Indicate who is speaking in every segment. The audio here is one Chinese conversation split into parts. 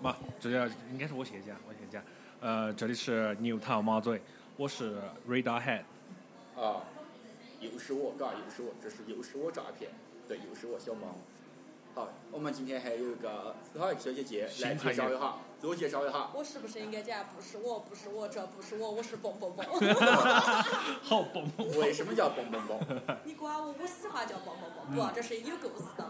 Speaker 1: 不，这要应该是我写一下，我写一下。呃，这里是 Newtown 猫嘴，我是 Radar Head。
Speaker 2: 啊，有时我嘎，有时我这是有时我诈骗，对，有时我小猫。好，我们今天还有一个四号小姐姐
Speaker 1: 新
Speaker 2: 来
Speaker 1: 朋
Speaker 2: 介
Speaker 1: 友
Speaker 2: 绍一下，自我介绍一下。
Speaker 3: 我是不是应该这样？不是我，不是我，这不是我，我是蹦蹦蹦。
Speaker 1: 好棒！哦
Speaker 2: 为什么叫蹦蹦蹦？
Speaker 3: 你管我，我喜欢叫蹦蹦蹦，不，这是有故事的。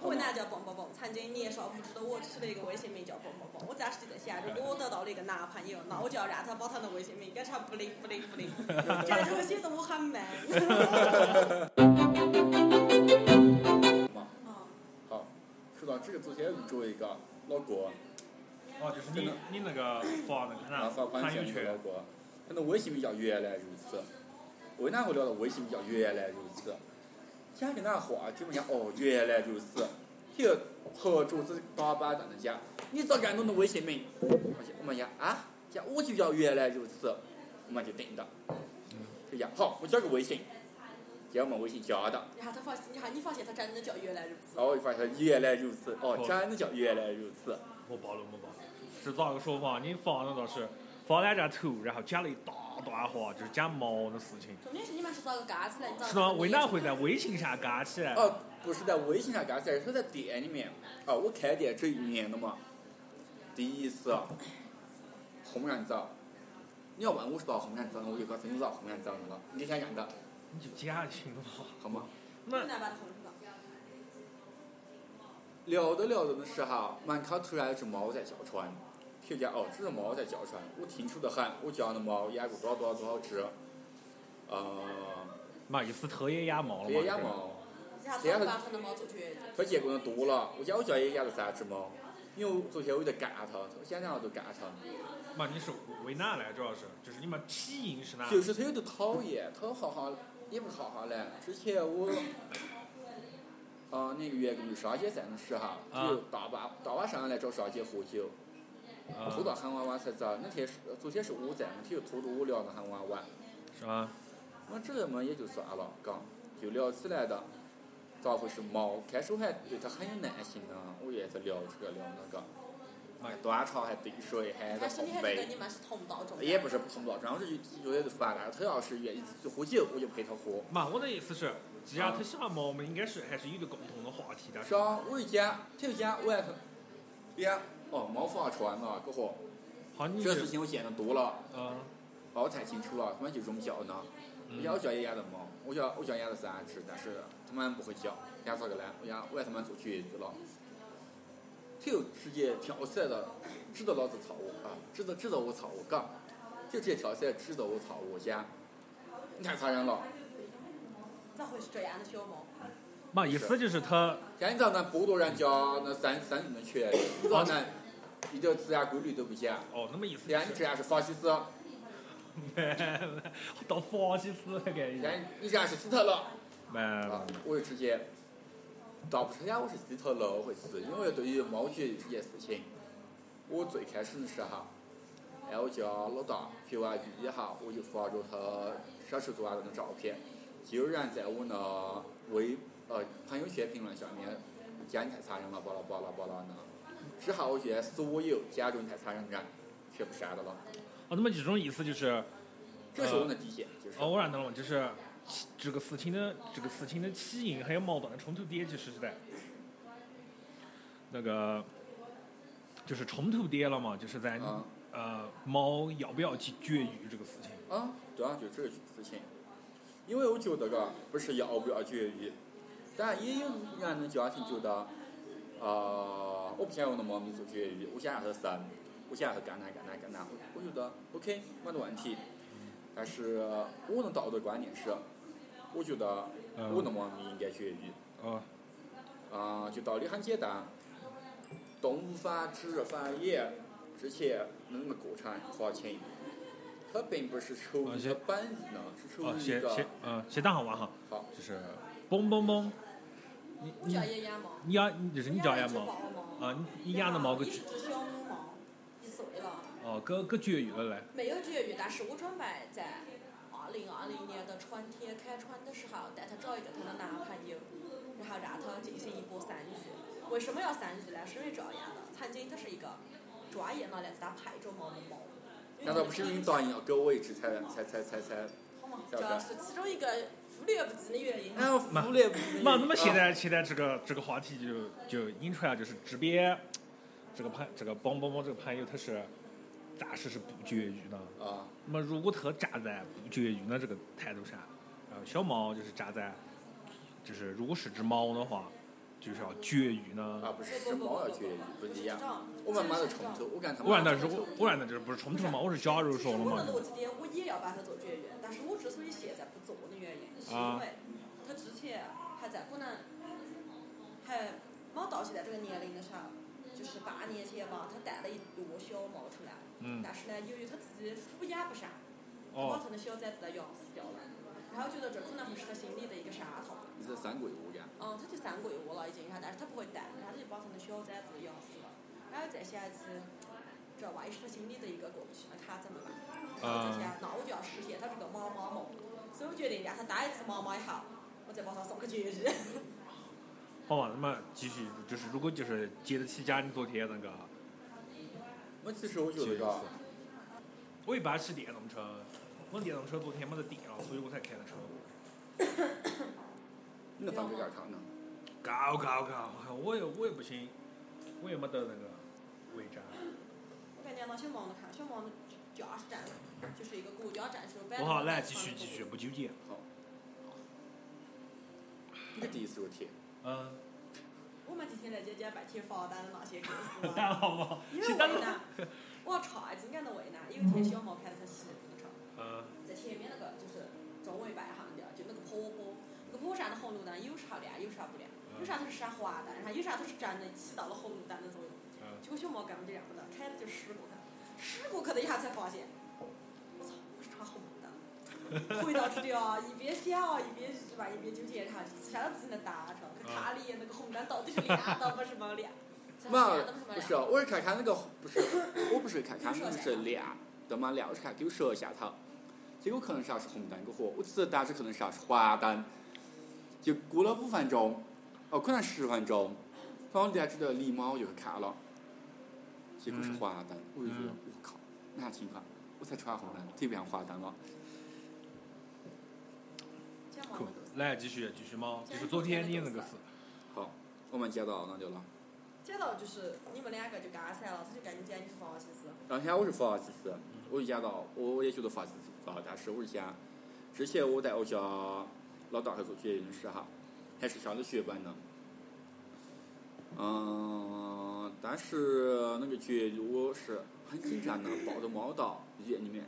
Speaker 3: 湖南啊叫蹦蹦蹦，曾经年少无知的我起了一个微信名叫蹦蹦蹦。我当时就在想，如果我得到了一个男朋友，那我就要让他把他的微信名改成不灵不灵不灵，这样就会显得我很 man。嗯
Speaker 2: 好，说到这个之前，作为一个老哥，
Speaker 1: 哦，就是你你那个发那个
Speaker 2: 拿
Speaker 1: 啥
Speaker 2: 扫盘
Speaker 1: 朋友
Speaker 2: 前的老
Speaker 1: 圈，
Speaker 2: 哥，可能微信名叫原来如此。为哪会聊到微信名叫原来如此？讲个那话，听不讲哦，原来如此。听合桌子打板凳的讲，你咋敢弄的微信名？我讲我们讲啊，讲我就叫原来如此，我们就定的。就讲好，我加个微信，加我们微信加的。
Speaker 3: 然后他发现，然后你发现他真的叫原来如此。
Speaker 2: 然后我就发现原来如此，哦，真的叫原来如此。
Speaker 1: 我报了我报了。是咋个说法？你发那倒是发了张图，然后讲了一大段话，就是讲毛的事情。
Speaker 3: 重点是你们是咋个干起来？你咋个
Speaker 1: 是啊吗？为哪会
Speaker 3: 的？
Speaker 1: 在微信上干起来？
Speaker 2: 哦，不是在微信上干事，是在店里面。哦，我开店这一年了嘛，第一次啊红人枣。你要问我是咋红人枣的，我就告诉你咋红人枣的了。你想干的，
Speaker 1: 你就讲就行了嘛。
Speaker 2: 好吗？
Speaker 1: 那
Speaker 3: 湖南版的红吧？
Speaker 2: 聊着聊着的时候，门口突然有只猫在叫唤。听见哦，这只猫在叫唤，我听楚得很。我家的猫养过多少多少多少只，呃，
Speaker 1: 嘛意思特也养毛了嘛？
Speaker 2: 也养。猫。
Speaker 3: 然后他把他的猫做绝育。
Speaker 2: 他结婚多了，我家我家也养了三只猫，因为我昨天我在干它，我想两下就干它。
Speaker 1: 嘛，你是为哪来？主要是就是你们起因是哪？
Speaker 2: 就是他有点讨厌，他好好也不是好好嘞。之前我，啊、那个员工沙姐在那时候，
Speaker 1: 啊
Speaker 2: 就大晚大晚上来找沙姐喝酒，
Speaker 1: 啊
Speaker 2: 拖到很晚晚才走。那天是昨天是我在，那天又拖着我聊到很晚晚。
Speaker 1: 呃是吗？
Speaker 2: 那这个嘛也就算了，刚就聊起来的，咋回事猫？开始我还对它很有耐心呢，我也在聊这个聊那个，还端茶还递水还在
Speaker 3: 但是
Speaker 2: 碰
Speaker 3: 你还觉得
Speaker 2: 杯
Speaker 3: 你。们是同道中人？
Speaker 2: 也不是碰不到，然后就就有点烦了。他要是愿意就喝酒，我就陪他喝。
Speaker 1: 嘛，我的意思是，既然他喜欢猫，我们应该是还是有一个共同的话题的。
Speaker 2: 是啊，我一讲，他一讲，我也很，呀，哦，毛发穿了，这货，
Speaker 1: 好，你
Speaker 2: 这事
Speaker 1: 是
Speaker 2: 情我见得多了，
Speaker 1: 嗯，
Speaker 2: 把我太清楚了，他们就这么叫呢。我家我家也养的猫，我家我家养了三只，但是他们不会叫，养咋个嘞？我家我也他们做绝育了。他又直接跳起来了，指着老子操我啊！指着指着我操我嘎！就直接跳起来指着我操我家，你太残忍了！
Speaker 3: 咋会是这样的小猫？
Speaker 1: 嘛，意思就是他
Speaker 2: 现在咱剥夺人家那三三人的权利，你咋能一点自然规律都不讲？
Speaker 1: 哦，那么意思就
Speaker 2: 人家你
Speaker 1: 是
Speaker 2: 这样是法西斯，
Speaker 1: 到法西斯那个
Speaker 2: 人
Speaker 1: 意
Speaker 2: 家
Speaker 1: 思。
Speaker 2: 你这样是希特勒
Speaker 1: 嘛
Speaker 2: 啊，！我就直接，倒不是讲我是希特勒回事，因为对于猫绝育这件事情，我最开始的时候，哎，我家老大学完育以后，我就发着他手术做完的那照片，就有人在我那微呃朋友圈评论下面讲你太残忍了，巴拉巴拉巴拉呢。之后我觉得所有讲着你太残忍的人，全部删了了。
Speaker 1: 哦，那么这种意思就是，
Speaker 2: 这是我的底线，就是
Speaker 1: 哦，我让懂了，就是起这个事情的这个事情的起因还有矛盾的冲突点，就是在那个就是冲突点了嘛，就是在、
Speaker 2: 啊
Speaker 1: 呃猫要不要去绝育这个事情。
Speaker 2: 啊，对啊，就这个事情。因为我觉得个不是要不要绝育，但也有人的家庭觉得，啊、我不想让我的猫咪做绝育，我想让它生，我想让它干哪干哪干哪。我觉得 OK 没得问题，但是呃我的道德观念是，我觉得
Speaker 1: 嗯
Speaker 2: 我的猫咪应该绝育。
Speaker 1: 哦，
Speaker 2: 啊、就道理很简单，动物繁殖繁衍之前那个过程花钱，它并不是出于它本意呢，是出
Speaker 1: 哦，
Speaker 2: 于
Speaker 1: 啊
Speaker 2: 一
Speaker 1: 先
Speaker 2: 个
Speaker 1: 先呃先等下晚哈，
Speaker 2: 好，
Speaker 1: 就是嘣嘣嘣，你
Speaker 3: 我
Speaker 1: 你
Speaker 3: 家也养猫。
Speaker 1: 你养你就是你家养
Speaker 3: 猫
Speaker 1: 猫啊，你你养的猫给
Speaker 3: 一只小母猫，一岁了，
Speaker 1: 哦给给绝育了嘞，
Speaker 3: 没有绝育，但是我准备在二零二零年的春天开春的时候带它找一个它的男朋友，然后让它进行一波散育。为什么要散育呢？是因为这样的，曾经它是一个专业拿来给他拍这毛的毛。
Speaker 2: 难道不是因为导演要给我位置才才才才才？
Speaker 3: 好嘛，这是其中一个忽略不计的原因。
Speaker 2: 哎，我服了。
Speaker 1: 那
Speaker 2: 呃
Speaker 1: 那么现
Speaker 2: 啊
Speaker 1: 在现在这个这个话题就就引出来，就是这边这个朋这个帮帮帮这个朋友他是暂时是不绝育呢。
Speaker 2: 啊，
Speaker 1: 那么如果他站在不绝育的这个态度上，然后小猫就是站在就是如果是只猫的话，就是要绝育
Speaker 2: 啊
Speaker 1: 呢。
Speaker 2: 不是，
Speaker 3: 不
Speaker 2: 是
Speaker 3: 不不
Speaker 2: 猫要
Speaker 3: 不
Speaker 2: 绝育，不
Speaker 3: 不
Speaker 2: 一
Speaker 3: 是
Speaker 2: 样
Speaker 3: 这。样，
Speaker 2: 我慢慢的
Speaker 3: 其实是
Speaker 2: 冲
Speaker 3: 这样
Speaker 2: 突，我感觉他
Speaker 1: 我按
Speaker 2: 们
Speaker 1: 照如
Speaker 2: 冲突
Speaker 1: 果我按照就是不是冲突嘛，我是假如说了
Speaker 3: 我
Speaker 1: 嘛
Speaker 3: 的。逻辑点，我也要把它做绝缘，但是我之所以现在不做的原因，是因
Speaker 1: 啊
Speaker 3: 为他之前还在可能还没到现在这个年龄的时候，就是八年前吧，他带了一坨小猫出来，
Speaker 1: 嗯
Speaker 3: 但是呢，由于他自己抚养不善，他把
Speaker 1: 哦，
Speaker 3: 他的小崽子给养死掉了，然后觉得这可能会是他心里的一个伤痛。
Speaker 2: 你这三个月我感
Speaker 3: 嗯，他就三个月了已经，然后但是他不会带，然后他就把他的小崽子养死了，然后再下一次，这万一是他心里的一个过不去的坎怎么办？然后再想，
Speaker 1: 嗯
Speaker 3: 那我就要实现他这个妈妈梦，所以我决定让他当一次妈妈以后，我再把他送个绝育。
Speaker 1: 好吧，那么继续就是如果就是接得起家你昨天那个，
Speaker 2: 我其实我觉得嘎，
Speaker 1: 我一般骑电动车，我电动车昨天没得电了，所以我才开的车。
Speaker 2: 你能放给家看呢？
Speaker 1: 搞搞搞，我也我也不行，我也没得那个违章。
Speaker 3: 我感觉那小猫的看，小猫的驾驶证就是一个国家证书，
Speaker 1: 我好，来继续继续，。不纠结。
Speaker 2: 你第一次我贴，
Speaker 1: 嗯，
Speaker 3: 我们今天来讲讲半天罚单的那些故事 啊，
Speaker 1: 好不好？
Speaker 3: 因为为呢，我超级感到为难，有一天小猫开了他媳妇的车。
Speaker 1: 嗯
Speaker 3: 在前面那个就是中尾摆行的，就那个坡坡，那个坡上的红绿灯有时候亮，有时候不亮，
Speaker 1: 呃嗯
Speaker 3: 有时候它是啊闪花灯，然后有时候它是真的起到了红绿灯的作用。
Speaker 1: 嗯，
Speaker 3: 结果小猫根本就认不得，开了就驶过去，驶过去了以后才发现，我操，我是闯红绿灯。回到这里啊，一边想一边一吧，一边纠结，然后骑上自己的单车，
Speaker 1: 嗯
Speaker 3: 去看了一眼那个红灯到底是亮的不是没亮，才发
Speaker 2: 妈
Speaker 3: 现那不是没
Speaker 2: 不
Speaker 3: 亮
Speaker 2: 是，。我是看看那个不是，我不是看看那个是亮的嘛亮，我是看给我射下头，结果可能啥是红灯过后，我只当时可能啥是黄灯，就过了五分钟，哦可能十分钟，反正大家知道礼貌我就去看了，结果是
Speaker 1: 嗯
Speaker 2: 黄灯，我就觉得
Speaker 1: 嗯
Speaker 2: 我靠，那情况，我才闯红灯，这边黄灯了，
Speaker 3: 小猫
Speaker 1: 酷
Speaker 3: 们都是。
Speaker 1: 来继续继续嘛，就是昨天你那个事。
Speaker 2: 好，我们接到那就了，
Speaker 3: 接到就是你们两个就干散了，他就跟你讲你是方其实。
Speaker 2: 当天我是发其实，我就想到，我我也觉得发其实啊，但是我是想，之前我在我家老大去做绝育的时候，还是上的血本呢。嗯，但是那个绝育我是很紧张的，抱着猫到院里面，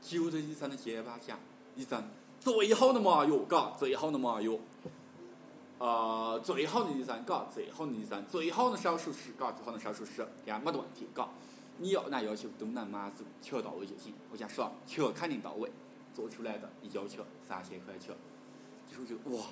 Speaker 2: 揪着医生的肩膀讲：“医生，最好的麻药，嘎，最好的麻药。”呃，最好的医生，嘎，最好的医生，最好的手术室，嘎，最好的手术室，呀，没得问题，嘎。你要那要求东南马祖全到位就行。我讲是啊，全肯定到位，做出来的一要求三千块钱。其实我觉得哇，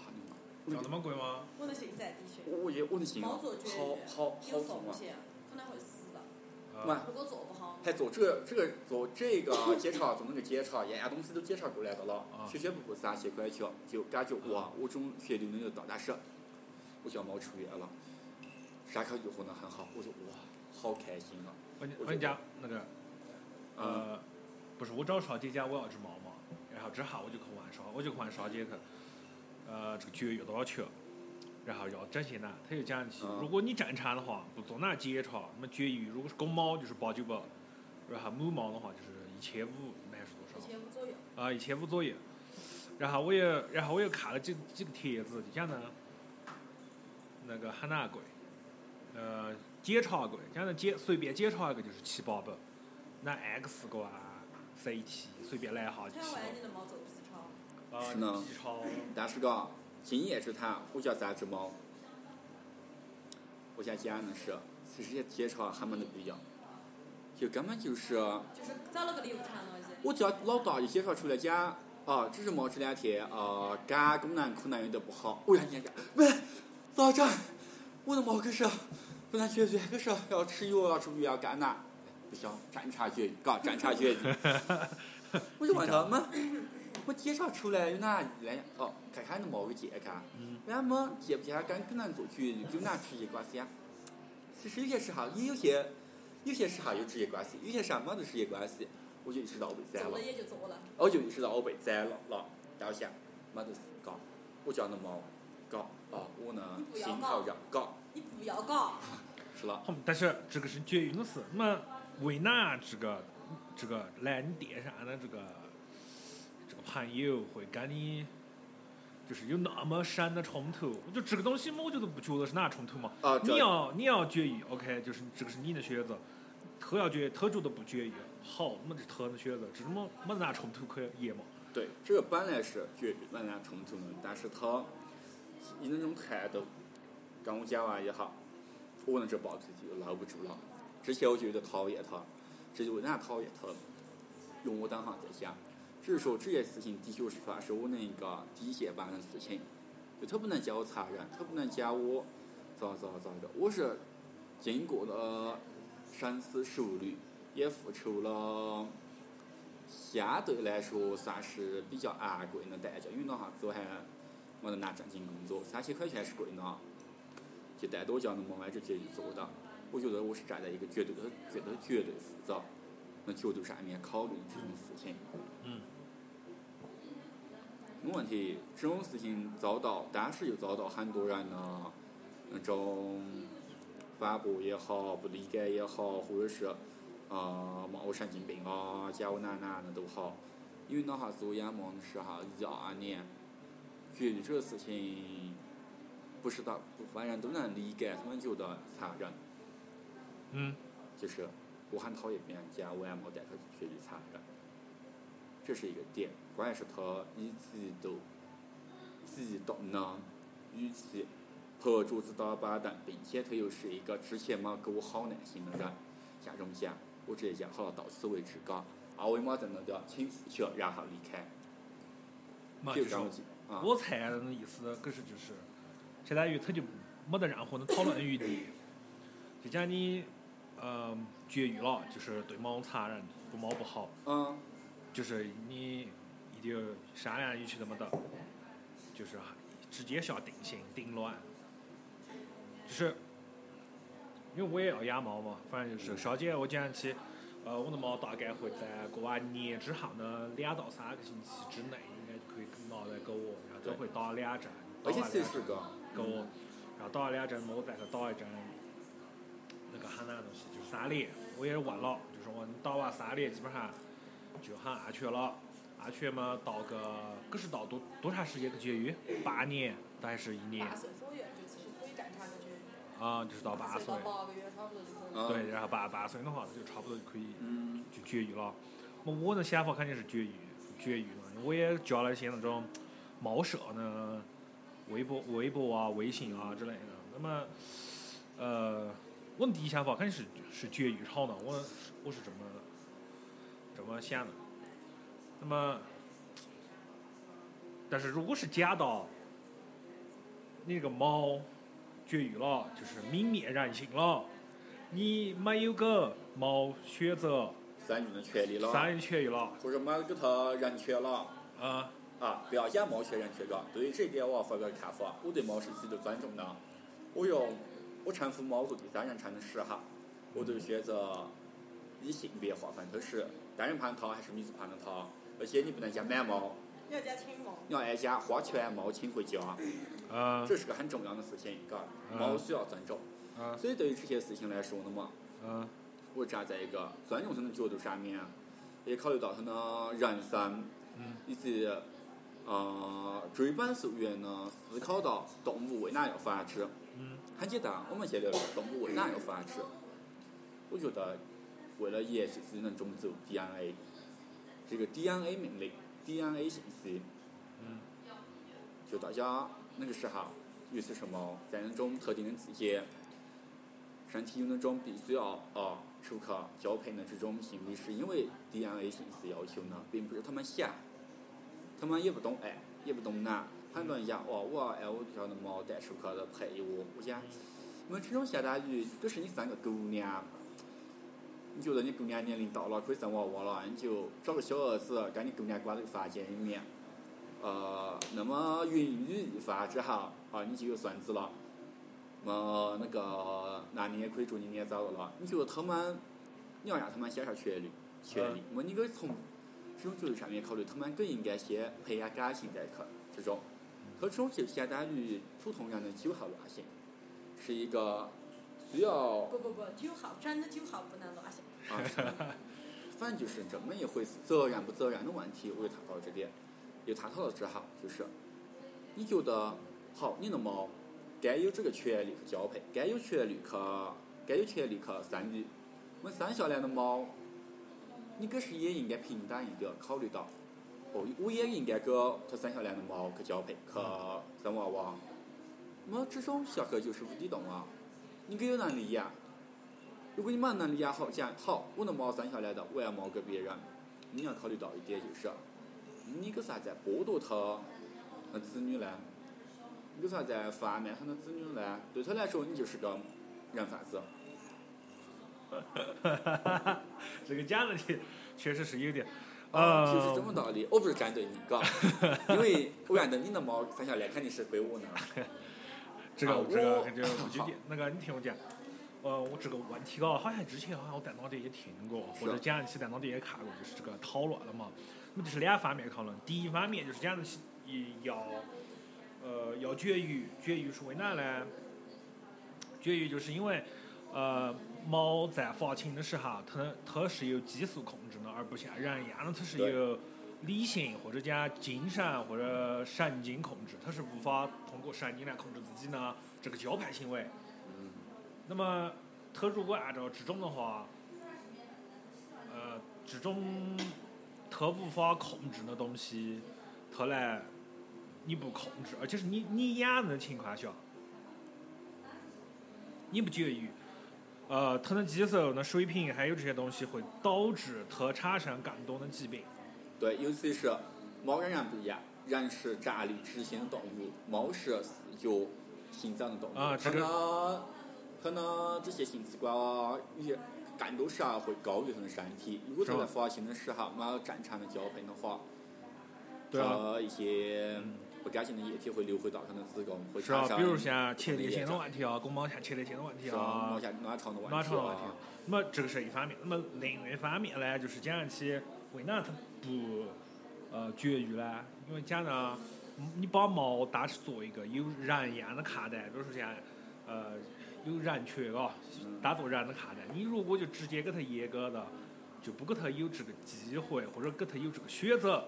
Speaker 2: 你
Speaker 1: 要那
Speaker 2: 妈
Speaker 1: 么贵吗？
Speaker 3: 我的心在滴血。
Speaker 2: 我我觉得我的心啊，
Speaker 3: 毛做绝育
Speaker 2: 好好好
Speaker 3: 有
Speaker 2: 痛
Speaker 3: 风
Speaker 2: 啊！
Speaker 3: 险，可能会死的。
Speaker 1: 啊，
Speaker 3: 如果做不好，
Speaker 2: 还做这个这个做这个检查，做那个检查，样样东西都检查过来的了
Speaker 1: 啊，
Speaker 2: 血全部不三千块钱，就感觉哇，我这种血流能力到达是，我小猫出院了，伤口就活得很好，我说哇，好开心啊！
Speaker 1: 我跟你我跟你讲那个
Speaker 2: 嗯，
Speaker 1: 呃，不是，我找少姐家我要只猫嘛，然后之后我就去问少，我就去问少姐去，呃，这个绝育多少钱？然后要这些呢，他就讲起，
Speaker 2: 嗯
Speaker 1: 如果你正常的话，不做那检查，那么绝育如果是公猫就是八九百，然后母猫的话就是一千五，那是多少
Speaker 3: 一？千五左右。
Speaker 1: 啊，一千五左右。然后我也，然后我又看了几几个帖子，就讲呢，那个很哪贵，呃，检查贵，讲呢检随便检查一个就是七八百，那 X 个啊，C 七随便来一下就
Speaker 3: 台
Speaker 1: 七
Speaker 3: 湾
Speaker 1: 八
Speaker 3: 你的猫做不是超，
Speaker 1: 百，啊，
Speaker 2: 是呢
Speaker 1: 机超，
Speaker 2: 但是个经验之谈，我家三只猫，我想讲的是，其实也检查还没得必要，就根本就是。
Speaker 3: 就是找了个流程了已经。
Speaker 2: 我家老大也介绍出来讲，啊，这只猫这两天啊肝功能可能有点不好。我让人家，喂，老张，我的猫可是不能绝育，可是要吃药要吃药要干哪？不行，正常绝育，嘎，正常绝育。我就问他们，我介绍出来有哪来？哦，看看你猫的健康，
Speaker 1: 嗯
Speaker 2: 为什么健不健康跟功能做绝育，就哪吃一管事呀？其实有些时候也有些有些时候有职业关系，有些时候没得职业关系，我就意识到我被宰
Speaker 3: 走
Speaker 2: 了哦
Speaker 3: 了，也就走了。
Speaker 2: 我就意识到我被宰了了。然后想，没得事搞，我叫你忙搞啊，我呢
Speaker 3: 不要
Speaker 2: 心
Speaker 3: 搞
Speaker 2: 头热搞，
Speaker 3: 你不要搞，
Speaker 2: 是了。
Speaker 1: 好，但是这个是绝缘的事。那么为哪这个这个来你店上的这个这个朋友会跟你就是有那么深的冲突？就这个东西嘛，我觉得不觉得是哪冲突嘛。
Speaker 2: 啊，这
Speaker 1: 你要你要决意，OK，就是这个是你的选择。他要觉他觉得不决意，好，那就是他的选择，这没没哪冲突可言嘛。
Speaker 2: 对，这个本来是绝让人冲突的，但是他以那种态度跟我讲完以后，我那这包自己就搂不住了。之前我就有点讨厌他，这就为啥讨厌他？用我当下在想，只是说这件事情的确是算是我那个底线办的事情，就他不能叫我残忍，他不能叫我咋咋咋的，我是经过了深思熟虑，也付出了。相对来说算是比较昂贵的代价，因为那下子我还没得拿正经工作，三千块钱是贵的，就带多讲的忙完直接就做的。我觉得我是站在一个绝对的、绝对、绝对负责那角度上面考虑这种事情。
Speaker 1: 嗯。
Speaker 2: 没问题，这种事情遭到，但是又遭到很多人呢那种反驳也好，不理解也好，或者是呃，骂我神经病啊，讲我哪哪的都好。因为那哈子我眼忙的时候，一二年，觉得这个事情不是大部分人都能理解，他们觉得残忍，
Speaker 1: 嗯，
Speaker 2: 就是我很讨厌别人讲我眼毛带他去觉得残忍，这是一个点。关键是他以己度，己度呢，语气拍桌子打板凳，并且他又是一个之前嘛给我好耐心的人。下中间，我直接讲好了，到此为止，嘎，二维码在那的，请付钱，然后离开，
Speaker 1: 那就
Speaker 2: 就
Speaker 1: 是
Speaker 2: 这样子啊。
Speaker 1: 我猜的那意思，可是就是，相当于他就没得任何的讨论余地，就讲你，呃，绝育了，就是对猫残忍，对猫不好，
Speaker 2: 嗯，
Speaker 1: 就是你一点商量余地都没得，就是直接下定性定论，就是因为我也要养猫嘛，反正
Speaker 2: 嗯
Speaker 1: 就是小姐我讲起，呃，我的猫大概会在过完年之后呢，两到三个星期之内应该就可以拿来给我，然后它
Speaker 2: 对
Speaker 1: 会打两针，打
Speaker 2: 而且
Speaker 1: 完
Speaker 2: 其
Speaker 1: 两针
Speaker 2: 实个，
Speaker 1: 给我，然后打了两针嘛，我再给打一针那个很难的东西，就是三联，我也是问了，就是我打完三联基本上就很安全了，安全嘛，到个可是到多多长时间个绝育？半年，但还是一年
Speaker 3: 八岁左右就其实可以正常的去，
Speaker 1: 啊、就是到八
Speaker 3: 八岁
Speaker 1: 岁啊
Speaker 3: 到，八个月差不多就可以。
Speaker 2: 嗯
Speaker 1: 对，然后八八岁的话，那就差不多就可以
Speaker 2: 嗯，
Speaker 1: 就绝育了。我我的想法肯定是绝育，绝育嘛。我也加了一些那种猫舍呢，微博、微博啊、微信啊之类的。那么，呃，我的第一想法肯定是是绝育好呢，我我是这么这么想的。那么，但是如果是讲到那个猫绝育了，就是泯灭人性了，你没有个猫选择。
Speaker 2: 三女的权利
Speaker 1: 三
Speaker 2: 了，
Speaker 1: 人缺一了，
Speaker 2: 或者买给他人权了
Speaker 1: 啊，
Speaker 2: 啊，不要讲猫权人权个。对于这一点，我要发表看法，我对猫是极度尊重的。我用我称呼猫做第三人称的时候，我就选择以性别划分，就是单人旁的它还是女字旁的它，而且你不能讲满猫，
Speaker 3: 你要加亲毛，
Speaker 2: 你要爱讲花拳猫请回家。
Speaker 1: 啊
Speaker 2: 这是个很重要的事情，嘎，
Speaker 1: 嗯
Speaker 2: 猫需要尊重。
Speaker 1: 啊
Speaker 2: 所以对于这些事情来说呢嘛，
Speaker 1: 啊
Speaker 2: 我站在一个尊重他的角度上面，也考虑到他的人生，
Speaker 1: 嗯
Speaker 2: 以及呃追本溯源呢，思考到动物为哪要繁殖。
Speaker 1: 嗯
Speaker 2: 很简单，我们现在动物为哪要繁殖？我觉得为了延续自己的种族 DNA，这个 DNA 命令、DNA 信息。
Speaker 1: 嗯
Speaker 2: 就大家那个时候，尤其是猫，在那种特定的季节，身体有那种必须要啊出去交配的这种心理，是因为 DNA 信息要求呢，并不是他们想，他们也不懂爱，也不懂难。很多人讲哦，我要爱我家的猫，带出去的陪我。我讲，你们这种相当于就是你生个狗娘，你觉得你狗娘年龄到了可以生娃娃了，你就找个小儿子跟你狗娘关在一个房间里面，呃，那么孕育一番之后，啊，你就有孙子了。么那个哪年可以做人家走了，你觉得他们，你要让他们享受权利，权利，么你个从这种角度上面考虑，他们更应该先培养感情再去这种，和这种就相当于普通人的酒后乱性，是一个需要
Speaker 3: 不不不，酒后真的酒后不能乱想。
Speaker 2: 啊，是吧反正就是这么一回事，责任不责任的问题，我也探讨了这点，也探讨了之后，就是你觉得好，你那么该有这个权利去交配，该有权利去，该有权利去生育，我们生下来的猫，你可是也应该平等一点考虑到，哦，我也应该给它生下来的猫去交配，去生娃娃，我这种下课就是不地道啊，你给有能力呀、如果你没能力也好讲，好，我的猫生下来的，我也猫给别人。你要考虑到一点就是，嗯你给啥在剥夺他的子女呢？你给啥在贩卖他的子女呢？对他来说，你就是个人贩子。
Speaker 1: 这个讲的 确实是有点，
Speaker 2: 啊，
Speaker 1: 呃，
Speaker 2: 就是这么道理。我不是站队你，嘎，因为我认得你的猫生下来肯定是归我呢。
Speaker 1: 这个
Speaker 2: 啊
Speaker 1: 这个
Speaker 2: 我
Speaker 1: 感觉我就点那个你听我讲，呃，我这个问题啊，好像之前好像我在哪里也听过，
Speaker 2: 是
Speaker 1: 或者讲一些在哪里也看过，就是这个讨论了嘛。那么这是两方面讨论，第一方面就是讲的是一要呃要绝育，绝育是为哪呢？绝育就是因为呃猫在发情的时候，啊它它是由激素控制的，而不像人一样的，它是
Speaker 2: 对
Speaker 1: 由理性或者讲精神或者神经控制，它是无法通过神经来控制自己呢这个交配行为。
Speaker 2: 嗯，
Speaker 1: 那么，它如果按照这种的话，呃，这种它无法控制的东西，它来你不控制，而且是你你养的情况下，你不绝育，呃，它的激素、那水平还有这些东西会导致它产生更多的疾病。
Speaker 2: 对，尤其是猫跟人不一样，人是站立直行的动物，猫是四有行走的动物。
Speaker 1: 啊这
Speaker 2: 它
Speaker 1: 个
Speaker 2: 呢，它呢这些性器官啊，也更多时候啊会高于它的身体。如果它
Speaker 1: 是吧
Speaker 2: 在发情的时候没有正常的交配的话，呃
Speaker 1: 对啊，
Speaker 2: 它一些不干净的液体会流回到它的子宫，会
Speaker 1: 是
Speaker 2: 产
Speaker 1: 啊，
Speaker 2: 生
Speaker 1: 比如像前列腺
Speaker 2: 炎
Speaker 1: 的
Speaker 2: 症
Speaker 1: 问题啊，宫保像前列腺的问题
Speaker 2: 是啊
Speaker 1: 啊
Speaker 2: 毛，下卵巢的问
Speaker 1: 拉
Speaker 2: 题
Speaker 1: 长的问题
Speaker 2: 啊。。
Speaker 1: 那么这个是一方面，那么另外一方面呢，就是讲起为哪它不呃绝育呢？因为讲呢，嗯你把猫当是做一个有人一样的看待，比如说像呃有人权啊，
Speaker 2: 嗯
Speaker 1: 当做人的看待。你如果就直接给它阉割了，就不给它有这个机会，或者给它有这个选择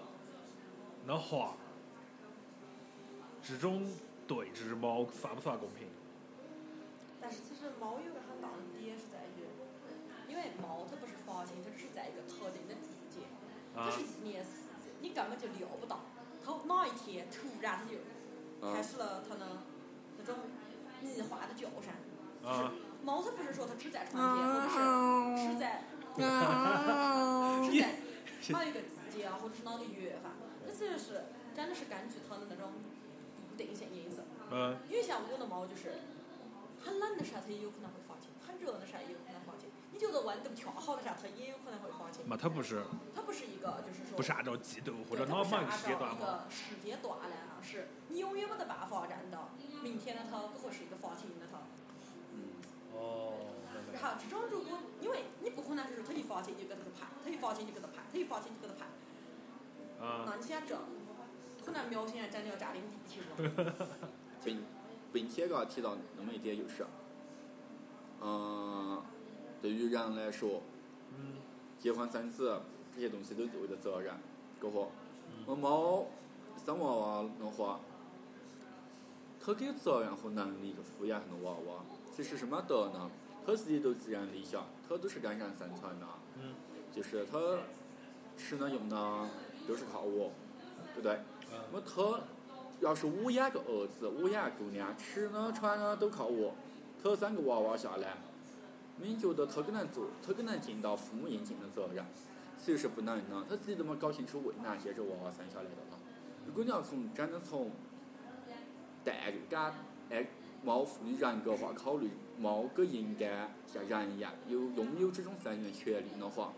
Speaker 1: 的话，这种对这只猫算不算公平？
Speaker 3: 但是其实猫有个很大的点是在于，因为猫它不是发情，它只是在一个特定的季节，
Speaker 1: 啊
Speaker 3: 它是一年四季，你根本就料不到，它哪一天突然它就
Speaker 2: 啊
Speaker 3: 开始了它的那种迷幻的叫声。
Speaker 1: 啊！
Speaker 3: 猫它不是说它只在春天，或者是只在 是在某一个季节啊，或者是哪个月份，它其实是真的是根据它的那种不定性因素。
Speaker 1: 嗯，
Speaker 3: 因为像我的猫就是，很冷的时候它也有可能会发情，很热的时候也有可能发情。你觉得温度调好的时候它也有可能会发情，
Speaker 1: 嘛，它不是
Speaker 3: 它不是一个就是说，
Speaker 1: 不是按照季度或者
Speaker 3: 对它
Speaker 1: 哪
Speaker 3: 不
Speaker 1: 某
Speaker 3: 是按
Speaker 1: 个时间
Speaker 3: 照
Speaker 1: 段嘛？
Speaker 3: 一个时间段来啊，是你永远没得办法认到明天的它都会是一个发情的它。
Speaker 2: 嗯，
Speaker 1: 哦，
Speaker 3: 然后这种如果因为你不可能是说它一发情就给它拍，它一发情就给它拍，它一发情就给它拍，
Speaker 1: 啊，
Speaker 3: 那你想这，可能喵现在真的要占领地球了。
Speaker 2: 并并且刚提到那么一点就是，嗯，对于人来说，
Speaker 1: 嗯，
Speaker 2: 结婚生子这些东西都是为了责任，过后，
Speaker 1: 嗯
Speaker 2: 我猫生娃娃的话，他给责任和能力去抚养那个娃娃，其实是没得呢，他自己都自然理想，他都是跟人生存的，
Speaker 1: 嗯，
Speaker 2: 就是他吃呢用呢都是靠我，对不对？
Speaker 1: 嗯
Speaker 2: 我他要是我养个儿子，我养个姑娘，吃呢穿呢都靠我，他三个娃娃下来，你觉得他可能做，他可能尽到父母应尽的责任，其实不能呢，他自己都没搞清楚为哪些这娃娃生下来的呢。如果你要从真的从代入感，哎，猫赋予人格化考虑，猫更应该像人一样有拥有这种生育权利的话，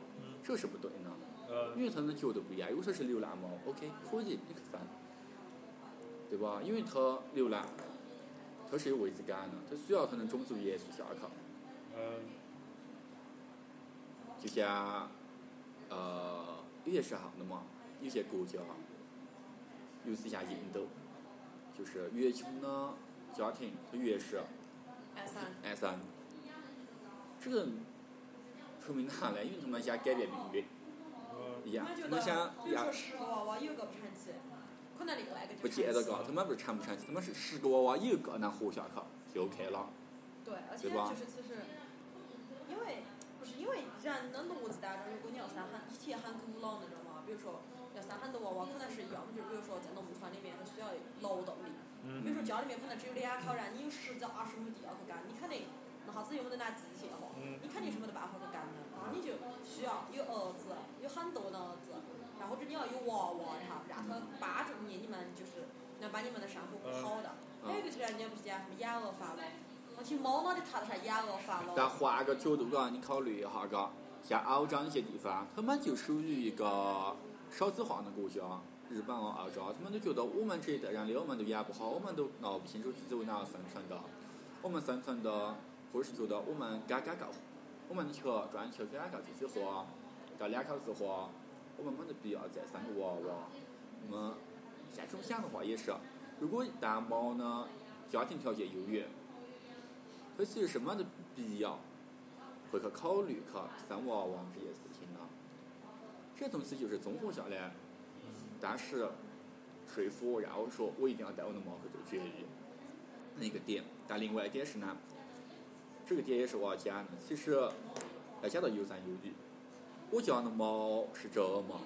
Speaker 2: 这是不对的。
Speaker 1: 呃，
Speaker 2: 因为它的觉得不一样，有些是流浪猫，OK，可以，你去翻，对吧？因为它流浪，它是有位置感的，它需要它能种出艺术下去。
Speaker 1: 嗯
Speaker 2: 就像呃有些时候的嘛，有些国家，尤其像印度，就是越穷的家庭它越是
Speaker 3: 哎三，
Speaker 2: 安生。这个说明啥呢？因为他们想改变命运，
Speaker 1: 呃
Speaker 2: 一
Speaker 3: 我
Speaker 2: 样
Speaker 3: 们觉，
Speaker 2: 我
Speaker 3: 得，
Speaker 2: 想
Speaker 3: 比
Speaker 2: 一
Speaker 3: 如
Speaker 2: 样
Speaker 3: 说。十个娃娃有个不成器，可能另外一个就
Speaker 2: 不接着
Speaker 3: 成器
Speaker 2: 搞，他们不是产不产气，他们是十个娃娃有一个能活下去就 OK 了。
Speaker 3: 对，而且
Speaker 2: 对吧
Speaker 3: 就是就是，因为不是因为人的脑子当中，如果你要是很以前很古老那种嘛，比如说要是很多娃娃，可能是要么就比如说在农村里面需要劳动力，比
Speaker 1: 嗯
Speaker 3: 如说家里面可能只有两口人，你有十几二十亩地要去干，你肯定那下子又没得拿机械化，
Speaker 1: 嗯
Speaker 3: 你肯定是没得办法去干的，那你就需要有儿子，有很多的儿子，然后或者你要有娃娃，然后让他帮助你，你们就是能把你们的生活过好的。还有一个就是人家不是讲什么养儿防老，我听猫脑的谈的啥养儿防
Speaker 2: 但
Speaker 3: 老，
Speaker 2: 换个角度啊讲，你考虑一下嘎，像欧洲那些地方，他们就属于一个少子化的国家，日本啊、欧洲，他们都觉得我们这一代人连我们都养不好，我们都闹不清楚自己为哪生存的，我们生存的，或者是觉得我们该干够，我们的钱赚钱该够自己花，该两口子花，我们没得必要再生个娃娃。那么，像这种想的话也是，如果一旦猫呢家庭条件优越，它其实什么的必要会去考虑去生娃娃这些事情呢？这东西就是综合下来，但是说服我，然后说我一定要带我的猫去做绝育，那个点。但另外一点是呢，这个点也是我要讲的，其实要讲到有三有育。我家的猫是这嘛，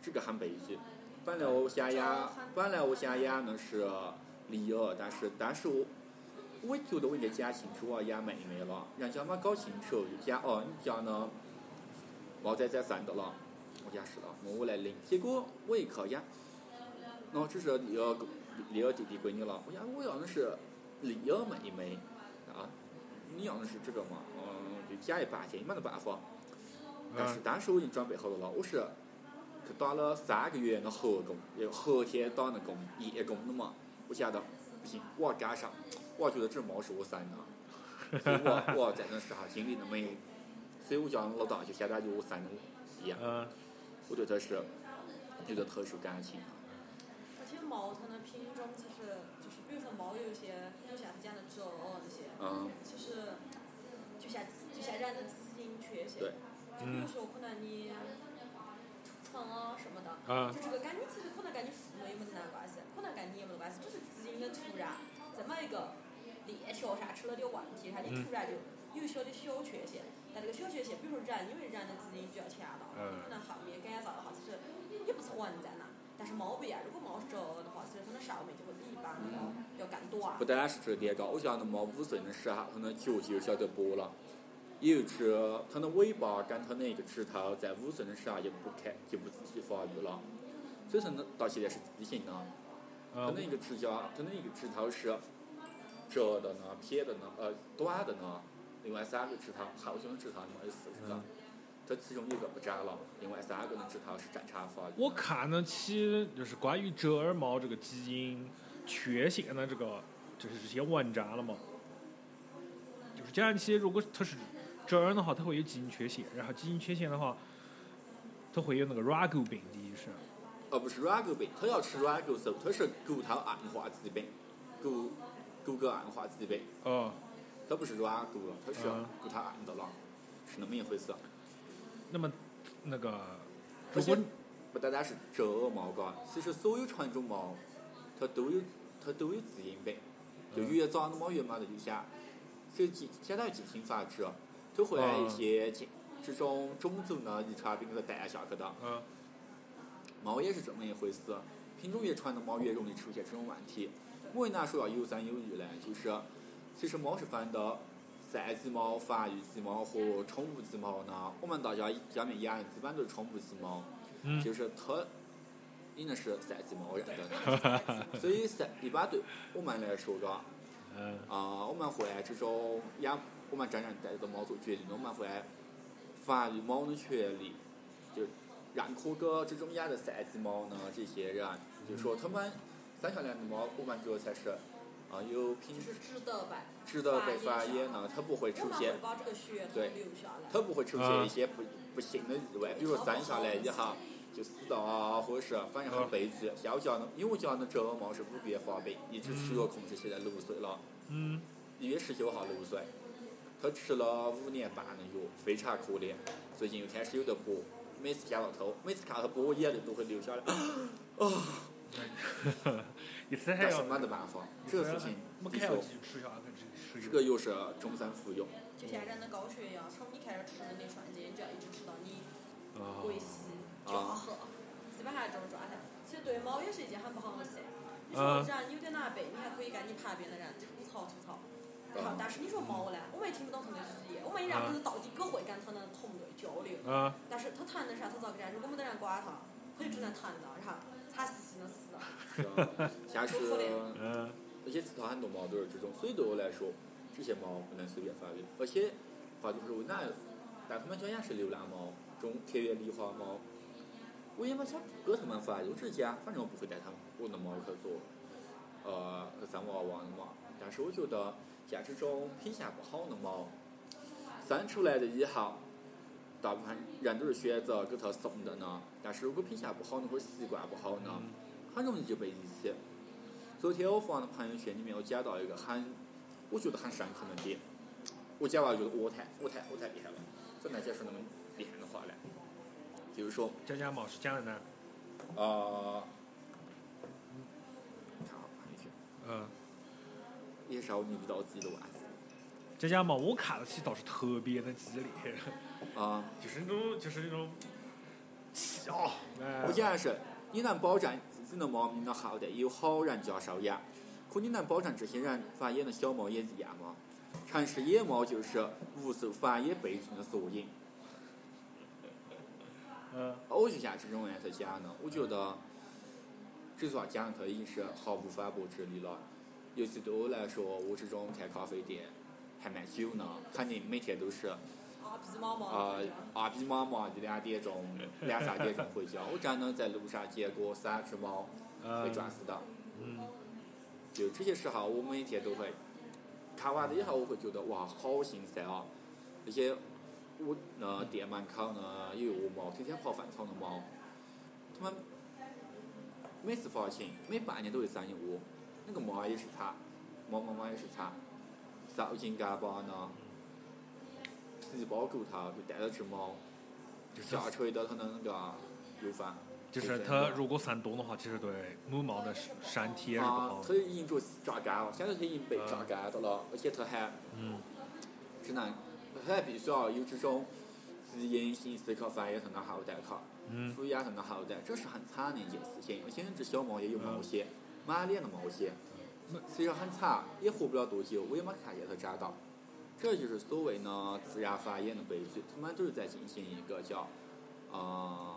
Speaker 2: 这个很悲剧。本来我想养，本来我想养的是狸儿，但是但是我我觉得我应该讲清楚我要养妹妹了，人家没搞清楚就讲哦，你家呢猫仔仔生的了，我讲是了，那我来领。结果我一看呀，那哦这是狸儿狸儿弟弟闺女了，我讲我要的是狸儿妹妹啊，你要的是这个嘛，嗯，就讲一半天，没得办法。但是
Speaker 1: 嗯
Speaker 2: 当时我已经准备好了，我是去打了三个月的合工，也合天打的工，夜工的嘛。我想到不行，我要赶上，我要觉得这猫是我生的，所以我 我要在那时候经历那么一，所以我叫老大就相当于我生的一样，
Speaker 1: 嗯
Speaker 2: 我对它是有着特殊感情的。
Speaker 3: 而且猫它的品种就是就是，比如说猫有一些，就像是讲的折耳那些，
Speaker 2: 嗯，
Speaker 3: 就是就像就像人的基因缺陷，
Speaker 2: 对
Speaker 3: 就比如说可能你出床啊什么的，
Speaker 1: 啊
Speaker 3: 就这个跟你其实可能跟你父母也没得那关系，可能跟你也没得关系，就是基因的突然这么一个链条上出了点问题，然后你
Speaker 1: 嗯
Speaker 3: 突然就有小的小缺陷。但这个小缺陷，比如说人，因为人的基因比较强大，
Speaker 1: 嗯
Speaker 3: 可能后面改造的话，其实也不存在那。但是猫不一样，如果猫是折耳的话，其实它的寿命就会比一般的猫要更短
Speaker 2: 不。 单是这点高，我觉得猫五岁的时候，它的脚就晓得拨了。有一只，它的尾巴跟它那个指头在五岁的时候也不开，就不继续发育了，所以它呢到现在是畸形的。它
Speaker 1: 嗯
Speaker 2: 那个指甲，它那个指头是折的呢、撇的呢、呃短的呢。另外三个指头，好像指头里面有四十个
Speaker 1: 嗯，
Speaker 2: 它其中一个不长了，另外三个的指头是正常发育的。
Speaker 1: 我看了期就是关于折耳猫这个基因缺陷的这个就是这些文章了嘛，就是讲起如果它是折耳的话，它会有基因缺陷，然后基因缺陷的话，它会有那个软骨病的医生。
Speaker 2: 而呃不是软骨病，它要吃软骨素，它是骨头硬化疾病，骨骨骼硬化疾病，
Speaker 1: 哦，
Speaker 2: 它不是软骨了，它是
Speaker 1: 嗯
Speaker 2: 骨头硬的了，是那么一回事。
Speaker 1: 那么那个
Speaker 2: 而
Speaker 1: 如果
Speaker 2: 且不单单是折耳猫嘎，其实所有纯种猫，它都有它都有基因病，就
Speaker 1: 嗯
Speaker 2: 越早的猫越没得有些，所以基相当于近亲繁殖，都会有一些近这种种族呢遗传病的带下去的。
Speaker 1: 嗯
Speaker 2: 猫也是这么一回事，品种越传的猫越容易出现这种问题。我为啥说要有三有育呢？就是其实猫是分的赛级猫、繁育级猫和宠物级猫呢。我们大家家里面养的基本都是宠物级猫，
Speaker 1: 嗯
Speaker 2: 就是它应该是赛级猫认
Speaker 3: 对
Speaker 2: 得的。
Speaker 3: 对
Speaker 2: 所以赛一般对我们来说嘎，啊、
Speaker 1: 嗯
Speaker 2: 我们会这种养我们真正带的猫做决定，我们会发育猫的权利，就让可哥这种养的赛级猫呢，这些人就说他们生下来的猫，我们觉得才是，啊，有平
Speaker 3: 就是知道吧？
Speaker 2: 知道被发
Speaker 3: 炎
Speaker 2: 炎呢，它不会
Speaker 3: 我
Speaker 2: 出
Speaker 3: 们
Speaker 2: 现
Speaker 3: 会，把这个血统留下来。
Speaker 2: 它不会出现一些不不幸的意外，比如说生下来以后就死掉啊，或者是反正很悲剧。像我家呢，因为我家呢周毛是五月发病，一直吃药控制，现在六岁了，
Speaker 1: 嗯，
Speaker 2: 一月十九号六岁。他吃了五年半的药，非常可怜。最近又开始有点薄，每次看到他，每次看到他薄，我眼泪都会流下来。
Speaker 1: 你吃还
Speaker 2: 但是
Speaker 1: 要
Speaker 2: 没得办法，这个事情
Speaker 1: 没
Speaker 2: 的
Speaker 1: 看要
Speaker 2: 确
Speaker 1: 继，续吃下去，
Speaker 2: 这
Speaker 1: 吃
Speaker 2: 个又是终身服用。
Speaker 3: 就像人的高血压，从你开始吃的那瞬间，就要一直吃到你
Speaker 1: 哦
Speaker 3: 过世
Speaker 2: 啊
Speaker 3: 就要喝，基本上这种状态。其实对猫也是一件很不好的事。你说人有点难背，你还可以跟你旁边的人吐槽吐
Speaker 2: 啊
Speaker 3: 槽。然后，但是你说猫呢，我们也听不懂它的语言，我们也不知道到底各会跟它的同类交流。
Speaker 1: 啊
Speaker 3: 但是它谈的啥，它咋个讲？如果没得人管它，它就只能谈了，然后惨兮兮的死了。
Speaker 2: 是吧像是
Speaker 1: 嗯
Speaker 2: 而且其他很多猫都是这种，所以对我来说，这些猫不能随便发育。而且，话就是我那，但它们讲也是流浪猫，这种田园狸花猫，我也没想给它们发育，我只是讲反正我不会带它们我的猫去做，呃，三娃娃的猫。但是我觉得，像这种品相不好的猫，生出来的以后，大部分人都是选择给它送的呢。但是如果品相不好呢，或者习惯不好呢，
Speaker 1: 嗯
Speaker 2: 很容易就被遗弃。昨天我发的朋友圈里面，我讲到一个很，我觉得很深刻的点。我讲完觉得我太我太我太厉害了，怎么能讲出那么厉害的话来？比如说，
Speaker 1: 家家猫是讲的呢，
Speaker 2: 呃，看我朋友圈，
Speaker 1: 嗯，
Speaker 2: 也是我捏不到自己的袜子
Speaker 1: 家家猫我看得起倒是特别的激烈，
Speaker 2: 啊！
Speaker 1: 就是那种就是那种气啊，哎
Speaker 2: 我讲的是，你能保证自己的猫咪的后代有好人家收养，可你能保证这些人繁衍的小猫也一样吗？城市野猫就是无数繁衍悲剧的缩影。
Speaker 1: 嗯
Speaker 2: 我就像这种人在讲呢，我觉得，这句话讲他已经是毫无反驳之力了。尤其对我来说，我这种开咖啡店还蛮久呢，肯定每天都是
Speaker 3: 啊，比猫猫
Speaker 2: 啊
Speaker 3: 的那种。
Speaker 2: 阿比妈妈的两点钟、两三点钟回家，我真的在路上见过三只猫被
Speaker 1: 嗯
Speaker 2: 撞死的。
Speaker 1: 嗯
Speaker 2: 就这些时候，我每天都会看完了以后，我会觉得哇，好心塞啊！而且我那店门口呢啊也有猫，天天跑饭场的猫，它们每次发情，每半年都会生一窝，那个猫也是它，猫妈妈也是它，烧金干巴呢，皮包住它，就带了只猫，
Speaker 1: 就是
Speaker 2: 下垂到它的那个乳房。
Speaker 1: 就是它如果生多的话，其实对母猫的身体也是不
Speaker 2: 啊
Speaker 1: 好，啊
Speaker 2: 它
Speaker 1: 的，
Speaker 2: 已经就榨干了，现在它已经被榨干的了，而且它还。
Speaker 1: 嗯
Speaker 2: 只能还必须要有这种基因性思考繁衍它的后代考，
Speaker 1: 嗯
Speaker 2: 抚养它的后代，这是很惨的一件事情。而且这小猫也有毛线，
Speaker 1: 嗯
Speaker 2: 满脸的毛线
Speaker 1: 那，
Speaker 2: 虽然很惨，也活不了多久，我也没看见它长大。这就是所谓呢自然繁衍的悲剧，它们都是在进行一个叫，呃，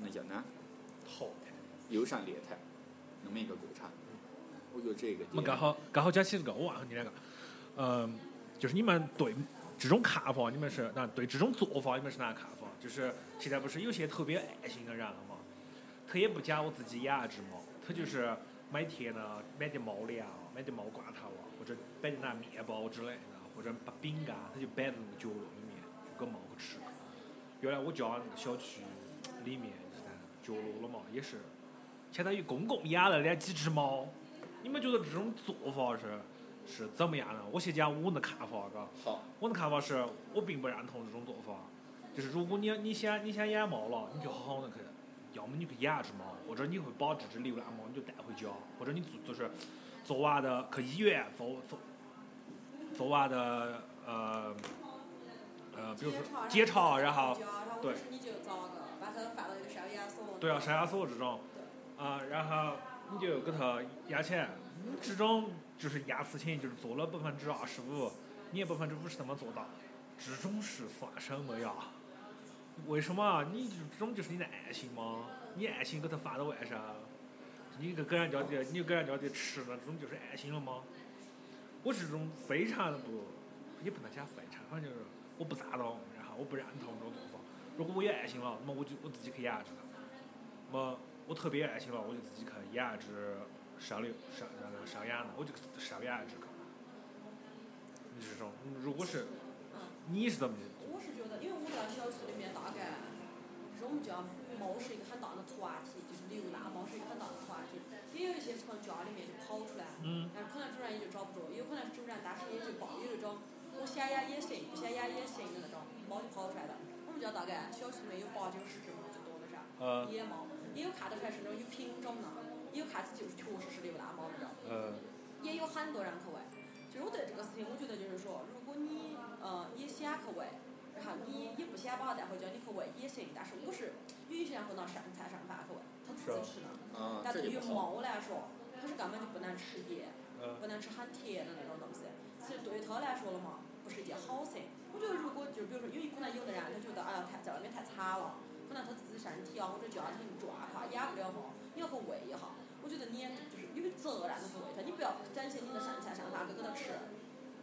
Speaker 2: 那叫呢
Speaker 1: 好的。
Speaker 2: 优胜劣汰，那么一个过程。我觉得这个
Speaker 1: 我们
Speaker 2: 点
Speaker 1: 刚好刚好讲起这个，我忘了你那个，嗯、就是你们对这种看法，你们是那对这种做法，你们是哪看法？就是现在不是有些特别爱心的人了嘛，他也不讲我自己养一只猫，他就是每天呢买点猫粮啊，买点猫罐头啊，或者摆点那面包之类的，或者把饼干，他就摆在那个角落里面给猫吃。原来我家那个小区里面就是在角落了嘛，也是相当于公共养了那几只猫。你们觉得这种做法是是怎么样呢？我先讲我的看法，嘎，
Speaker 2: 好，
Speaker 1: 我的看法是我并不认同这种做法。就是如果你你想你想养猫了，你就好好的去，要么你去养一只猫，或者你会把这只流浪猫你就带回家，或者你做就是做完的去医院做做做完啊的呃呃，比如说检
Speaker 3: 啊
Speaker 1: 查，然后
Speaker 3: 对，你就找个把它放到一个收押嗯所。
Speaker 1: 对啊，上下锁这种，啊，然后你就给它压起来，你这种就是压事情，就是做了百分之二十五，你也百分之五十怎么做到？这种是算什么呀？为什么？啊你就这种就是你的爱心吗？你爱心给它放到外上，你给给人家的，你就给人家的吃了，这种就是爱心了吗？我是这种非常的不，也不能讲非常，反正就是我不赞同，然后我不认同这种做法。如果我有爱心了，那么我就我自己去养一只它。那么我特别爱心了，我就自己去养一只少有少呃少样的，我觉得少样只可。你是说，嗯如果是你是怎么的？
Speaker 3: 我是觉得，因为我们这个小区里面大概，就是我们家猫是一个很大的团体，就是流浪猫是一个很大的团体，也有一些从家里面就跑出来，
Speaker 1: 嗯
Speaker 3: 但是可能主人也就找不着，也有可能是主人当时也就抱有一种我想养也行，不想养也行的那种猫就跑出来的。我们家大概小区里面有八九十只猫最多的是
Speaker 1: 呃
Speaker 3: 野猫，也有看得出来是那种有品种的，也有看起就是确实是流浪猫那种。
Speaker 1: 呃
Speaker 3: 也有很多人去喂。就是我对这个事情，我觉得就是说，如果你呃也想去喂，然后你也不想把它带回家，你去喂也行。但是我是有一些人会拿剩菜剩饭去喂，他自己吃的。
Speaker 2: 啊，
Speaker 3: 但
Speaker 2: 这
Speaker 3: 对于
Speaker 2: 就不好。
Speaker 3: 猫来说，它是根本就不能吃野，
Speaker 1: 呃
Speaker 3: 不能吃很甜的那种东西。其实对于它来说了嘛，不是一件好事。我觉得如果就比如说，因为可能有的人他觉得，哎呀，太在外面太惨了，可能他自己身体啊或者家庭状况养不了猫，你要去喂一下。我觉得你也就是有责任的去喂它，你不要整些你的剩菜剩饭给给它吃。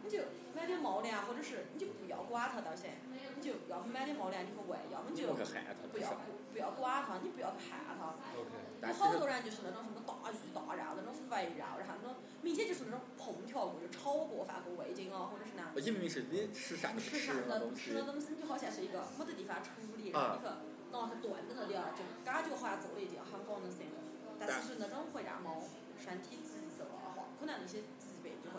Speaker 3: 你就买点猫粮，或者是你就不要管它倒行，你就要买点猫粮你去喂，要么你
Speaker 2: 你
Speaker 3: 就
Speaker 2: 不去害啊它，
Speaker 3: 不
Speaker 2: 是
Speaker 3: 要。不要管它，你不要去害它。
Speaker 1: ，OK，
Speaker 2: 但其
Speaker 3: 有好
Speaker 2: 实
Speaker 3: 多人就是那种什么大鱼大肉啊那种肥肉，然后那种明显就是那种烹调过、就炒过饭过味精啊，或者是那
Speaker 2: 我明明是你吃啥你
Speaker 3: 吃
Speaker 2: 不
Speaker 3: 啥
Speaker 2: 吃那
Speaker 3: 的
Speaker 2: 东西
Speaker 3: 吃，的东西，你好像是一个没得地方处理，然后
Speaker 2: 啊
Speaker 3: 你去拿去炖在那里啊，就感觉好像做了一件很好的事情，但
Speaker 2: 但
Speaker 3: 其实那种会让猫身体急速恶化，可能那些疾病就会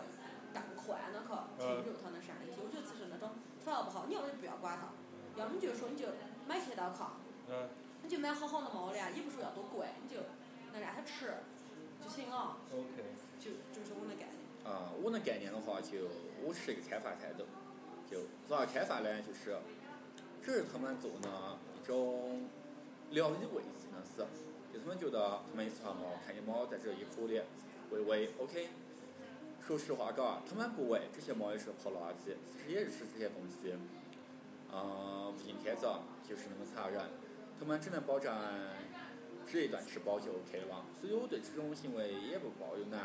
Speaker 3: 更快的去侵入它的身体。我觉得其实那种反而不好，你要么就不要管它，要么你就说你就买去到看。
Speaker 1: 呃
Speaker 3: 你就买好好的猫粮，也不说要多贵，你就能让它吃就行了，
Speaker 1: ，OK，
Speaker 3: 就就是我的概念。
Speaker 2: 啊，我的概念的话就我是一个开发态度，就主要开发呢就是，这是他们做的一种疗愈卫技能是，就他们觉得他们一只猫，看见猫在这一口里喂喂，OK。说实话，嘎，他们不喂这些猫也是跑垃圾，其实也是吃这些东西，嗯，不天子就是那么残忍，他们只能保证这一段吃饱就 OK 了，所以我对这种行为也不抱有呢。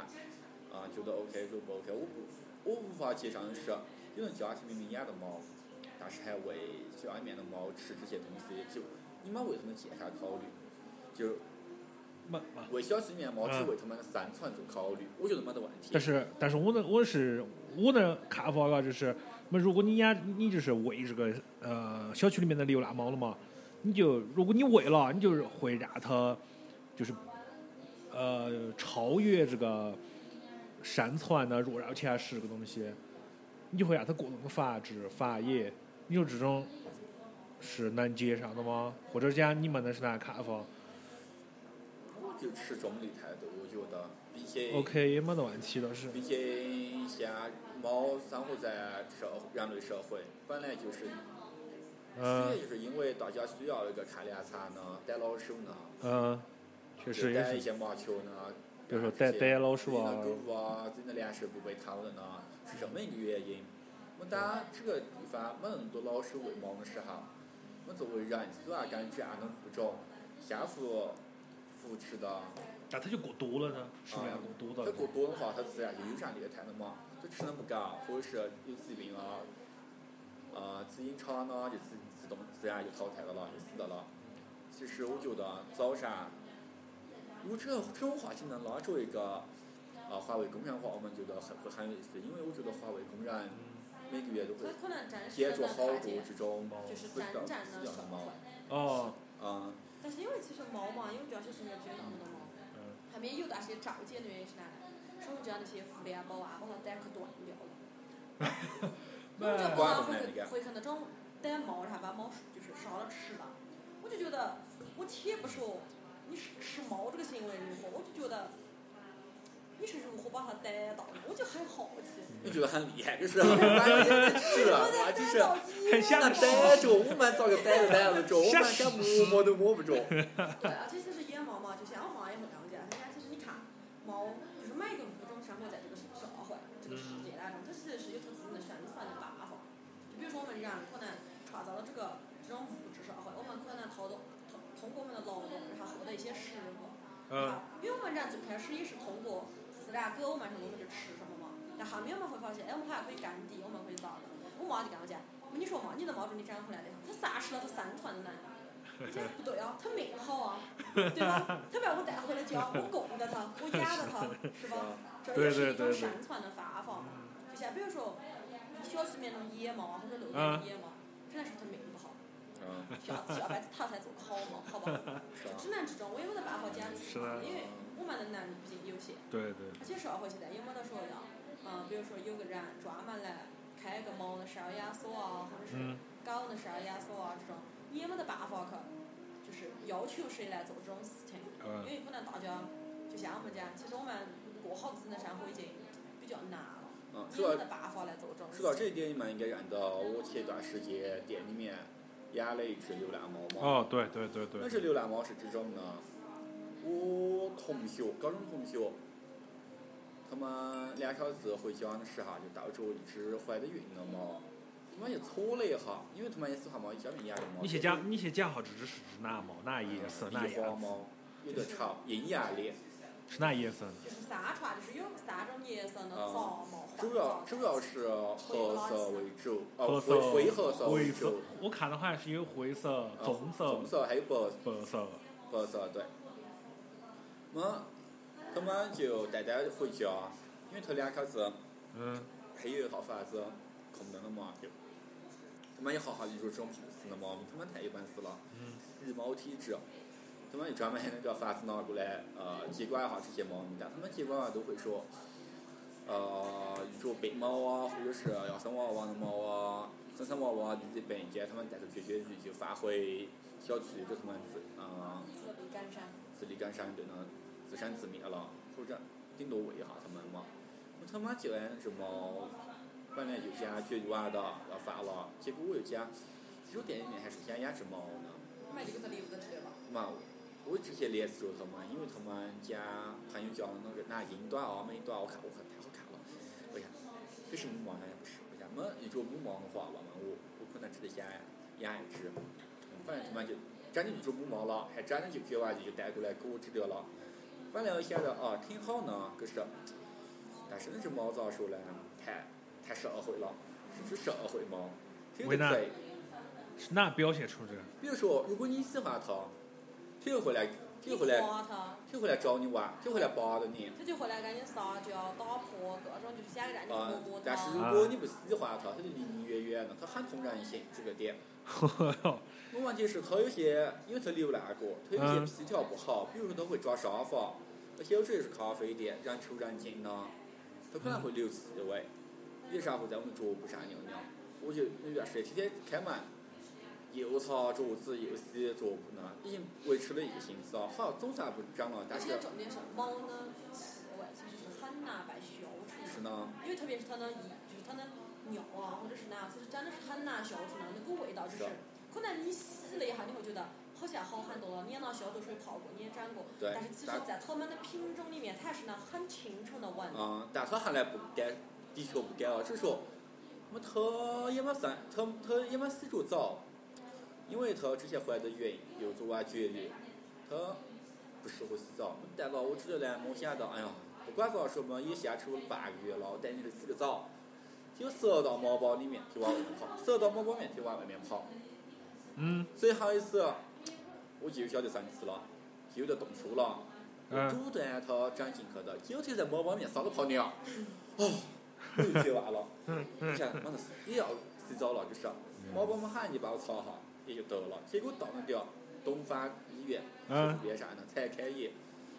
Speaker 2: 啊，觉得 OK 就不 OK。我不，我无法接受的是，啊有人家庭里面养的猫，但是还喂家里面的猫吃这些东西，就你们为他们健康考虑，就
Speaker 1: 没没。
Speaker 2: 为小区里面猫只为他们的生存做考虑，我觉得没得问题
Speaker 1: 嗯但。是，但是我的我是我的看法啊，就是，那么如果你养你就是喂这个呃小区里面的流浪猫了嘛，你就如果你喂了，你就是会让它就是呃超越这个啊生存的弱肉强食这个东西，你就会让它过度的繁殖繁衍，你说这种是能接受的吗？或者讲你们的是哪看法
Speaker 2: 我就持中立态度，我觉得，毕竟
Speaker 1: ？OK，也没得问题，倒是
Speaker 2: 毕竟现在猫生活在社人类社会，本来就是，
Speaker 1: 嗯、
Speaker 2: 也就是因为大家需要一个看脸餐呢，逮老鼠呢。
Speaker 1: 嗯、确实
Speaker 2: 就
Speaker 1: 也
Speaker 2: 带一
Speaker 1: 是，
Speaker 2: 些麻球呢，
Speaker 1: 比如说逮逮老鼠啊
Speaker 2: 自己的狗啊，自己的粮食不被贪了呢，是这么一个原因。我们当这个地方没那么多老鼠喂猫的时候，我们作为人虽然跟这样的物种相互扶持的，
Speaker 1: 但啊它就过多了呢，数量过多
Speaker 2: 啊它
Speaker 1: 的。
Speaker 2: 过多的话，它自然就有上劣态了嘛，它吃的不够，或者是有疾病啊，呃，基因差呢，就自自动自然就淘汰了了，就死了了。其实我觉得早上，如果这个这种话题能拉出一个呃华为工人的话，我们觉得很会很有意思，因为我觉得华为工人
Speaker 1: 嗯
Speaker 2: 每个月都
Speaker 3: 它
Speaker 2: 会
Speaker 3: 可能真
Speaker 2: 接
Speaker 3: 是
Speaker 2: 触
Speaker 3: 能
Speaker 2: 好多
Speaker 3: 看见，
Speaker 2: 这种
Speaker 3: 就是
Speaker 2: 死
Speaker 3: 真
Speaker 2: 掉
Speaker 3: 正
Speaker 2: 死
Speaker 3: 的
Speaker 2: 掉
Speaker 3: 社
Speaker 2: 的猫
Speaker 3: 会。。
Speaker 1: 哦，
Speaker 2: 嗯，
Speaker 3: 但是因为其实猫嘛，因为主要就是觉得那么多猫，
Speaker 1: 嗯
Speaker 3: 后面有那些召集的原因是哪呢？是我们家那些互联网啊，把它逮去断掉了。我就不
Speaker 2: 管不
Speaker 3: 能啊会
Speaker 2: 能
Speaker 3: 去
Speaker 2: 干
Speaker 3: 会去那种逮猫，然后把猫就是杀了吃了。我就觉得，我且不说你是吃猫这个行为如何，我就觉得你是如何把它逮到的，我就很好奇。
Speaker 2: 我觉得很厉害，就是很难吃
Speaker 3: 我
Speaker 2: 啊，
Speaker 3: 在
Speaker 2: 就
Speaker 3: 逮
Speaker 2: 是。
Speaker 3: 到你
Speaker 1: 很像
Speaker 2: 那逮着我们咋个逮都逮不着，我们想摸摸都摸不着。
Speaker 3: 对，啊而且其实野猫嘛，就像我妈也会跟我讲，啊人家其实你看，猫就是每一个物种生活在这个社会、这个世界当中，它其实是有它自己的生存的办法。就比如说我们人可能创造了这个这种物质社会，我们可能通过通通过我们的劳动，然后获得一些食物。
Speaker 1: 嗯，
Speaker 3: 因为我们人最开始也是通过自然给我们什么我们就吃什么嘛，但后面我们会发现，哎，我们还可以耕地，我们可以咋的？我妈就跟我讲，你说嘛，你的猫种你长回来的，它丧失了它生存的能力，人家不对啊，他美好啊，对吧？他把我带回了家，我供着他，我养着他，是吧？这也是一种生存的方法嘛。就像比如说，小区里面那种野猫啊，或者路边的野猫，只能说它命不好，
Speaker 2: 嗯，
Speaker 3: 下下辈子它才做得好嘛，好吧？
Speaker 2: 是吧？
Speaker 3: 只能这种，我也没得办法解释
Speaker 1: 是的，
Speaker 3: 因为我们的能力毕竟有限。
Speaker 1: 对对，
Speaker 3: 而且社会现在也没得说要，嗯、比如说有个人专门来开个猫的收养所啊，或者是
Speaker 1: 嗯
Speaker 3: 狗的收养所啊，这种你也没得办法去，就是要求谁来做这种事情，因
Speaker 1: 呃，
Speaker 3: 为可能大家就像我们讲，其实我们过好自己的生活已经比较难了，
Speaker 2: 嗯，
Speaker 3: 你
Speaker 2: 说
Speaker 3: 也
Speaker 2: 到
Speaker 3: 没得办法来做这种
Speaker 2: 说到
Speaker 3: 事
Speaker 2: 这一
Speaker 3: 情。
Speaker 2: 点，你们应该看到，我前段时间店里面养了一只流浪猫嘛。
Speaker 1: 哦，对对对
Speaker 2: 那只
Speaker 1: 对，
Speaker 2: 流浪猫是这种的，我同学，高中同学，他们两口子回家的时候就抱着一只怀的孕的猫，他们就搓了一下，因为他们也喜欢猫，家里面养的猫。
Speaker 1: 你先讲，你先讲好这只是只哪猫，哪
Speaker 2: 嗯
Speaker 1: 野生，哪
Speaker 2: 狸花
Speaker 1: 样子，
Speaker 2: 猫，有的吵，阴阳的，
Speaker 1: 是哪野生？
Speaker 3: 就是三川，就是有三种野生的
Speaker 2: 啊
Speaker 3: 杂毛，
Speaker 2: 主要主要是褐色为主，
Speaker 1: 褐
Speaker 2: 哦，灰
Speaker 1: 色
Speaker 2: 灰褐色为
Speaker 1: 灰色
Speaker 2: 主，，
Speaker 1: 我看的好像是有灰色、
Speaker 2: 啊
Speaker 1: 棕色
Speaker 2: 棕、色还有白
Speaker 1: 白色，
Speaker 2: 白色对。么，他们就带带回家，啊因为他两口子。
Speaker 1: 嗯，
Speaker 2: 还有一套法子空的那猫就，他们也好好的就是这种碰死的猫咪，他们太有本事了，死猫体质，他们就专门那个法子拿过来，呃，接管一下这些猫咪，但他们接管完都会说，呃，遇着病猫啊，或者是要生娃娃的猫啊，生生娃娃遇到病，间他们带头解决，就发挥小区给他们自，嗯、
Speaker 3: 自力更生。
Speaker 2: 自力更生就能自生自灭了，或者顶多喂一下它们嘛。我他妈就爱那只猫，本来就想解决完的要发了，结果我又讲，其实我店里面还是想养只猫呢。
Speaker 3: 你买这个是礼物的，对吧？
Speaker 2: 嘛，我之前联系着他们，因为他们家朋友家那个那英短啊、美短，我看我看太好看了，我想这是母猫呢，不是，我想没一只母猫的话，我们我我可能只得先养一只，反正他们就真的一只母猫了，还真的就割完就带过来给我治疗了，本来我想着啊挺好呢，可是，但是那只猫咋说呢，太太社会了，是只社会猫，挺
Speaker 1: 为
Speaker 2: 个
Speaker 1: 难
Speaker 2: 贼。
Speaker 1: 是哪表现出这个？
Speaker 2: 比如说，如果你喜欢它，它又会来，它
Speaker 3: 你
Speaker 2: 又会来。
Speaker 3: 夸他。
Speaker 2: 就会来找你玩，就会来扒着你。
Speaker 3: 他啊就回来跟你撒娇、打破各种，就是想让你
Speaker 2: 啊
Speaker 3: 摸摸，
Speaker 2: 但是如
Speaker 3: 他。
Speaker 2: 果你不喜欢它，它就离你远远的，它很通人性这个点。我问题是它有些，因为它流浪过，它有些
Speaker 1: 嗯
Speaker 2: 皮条不好，比如说它会抓沙发，它小时候是咖啡店，人抽人精呢，它可能会留气味，有时候会在我们桌布上尿尿。我就那段时间天天开门，又擦桌子又洗桌布呢，已经维持了一个星期了，好，总算不长了，
Speaker 3: 而
Speaker 2: 但是
Speaker 3: 且重点是猫的气味其实是很难被消
Speaker 2: 是
Speaker 3: 除的，
Speaker 2: 呢，
Speaker 3: 因为特别是它的就是它的尿啊或者是哪，其实真的是很难消除的，那个味道就是是
Speaker 2: 啊，
Speaker 3: 可能你洗了一下你会觉得好像好很多了，你也拿消毒水泡过，你也沾过，
Speaker 2: 对
Speaker 3: 但是其实
Speaker 2: 但
Speaker 3: 在它们的品种里面，它还是能很清楚的闻。
Speaker 2: 嗯，但他后来不敢，的确不敢啊，只是说，我他也没生，他他也没洗着澡，因为他之前怀的孕又做完绝育，他不适合洗澡。我带到我知道呢，我想到，哎呀，不管咋说嘛，也先出了半个月了，我带你去洗个澡，就射到猫包里面，就往外面跑，射到猫包里面就往外面跑。
Speaker 1: 嗯
Speaker 2: 最后一次，我就晓得生气了，就有点动粗了。我
Speaker 1: 嗯，
Speaker 2: 阻断他长进去的，就天在猫猫面撒了泡尿，
Speaker 1: 嗯
Speaker 2: 哦，我就绝望了。你想，妈的，也要洗澡了，就是猫宝马喊你把我擦哈，也就得了。结果到那个东方医院
Speaker 1: 嗯
Speaker 2: 就是边上呢，才开业。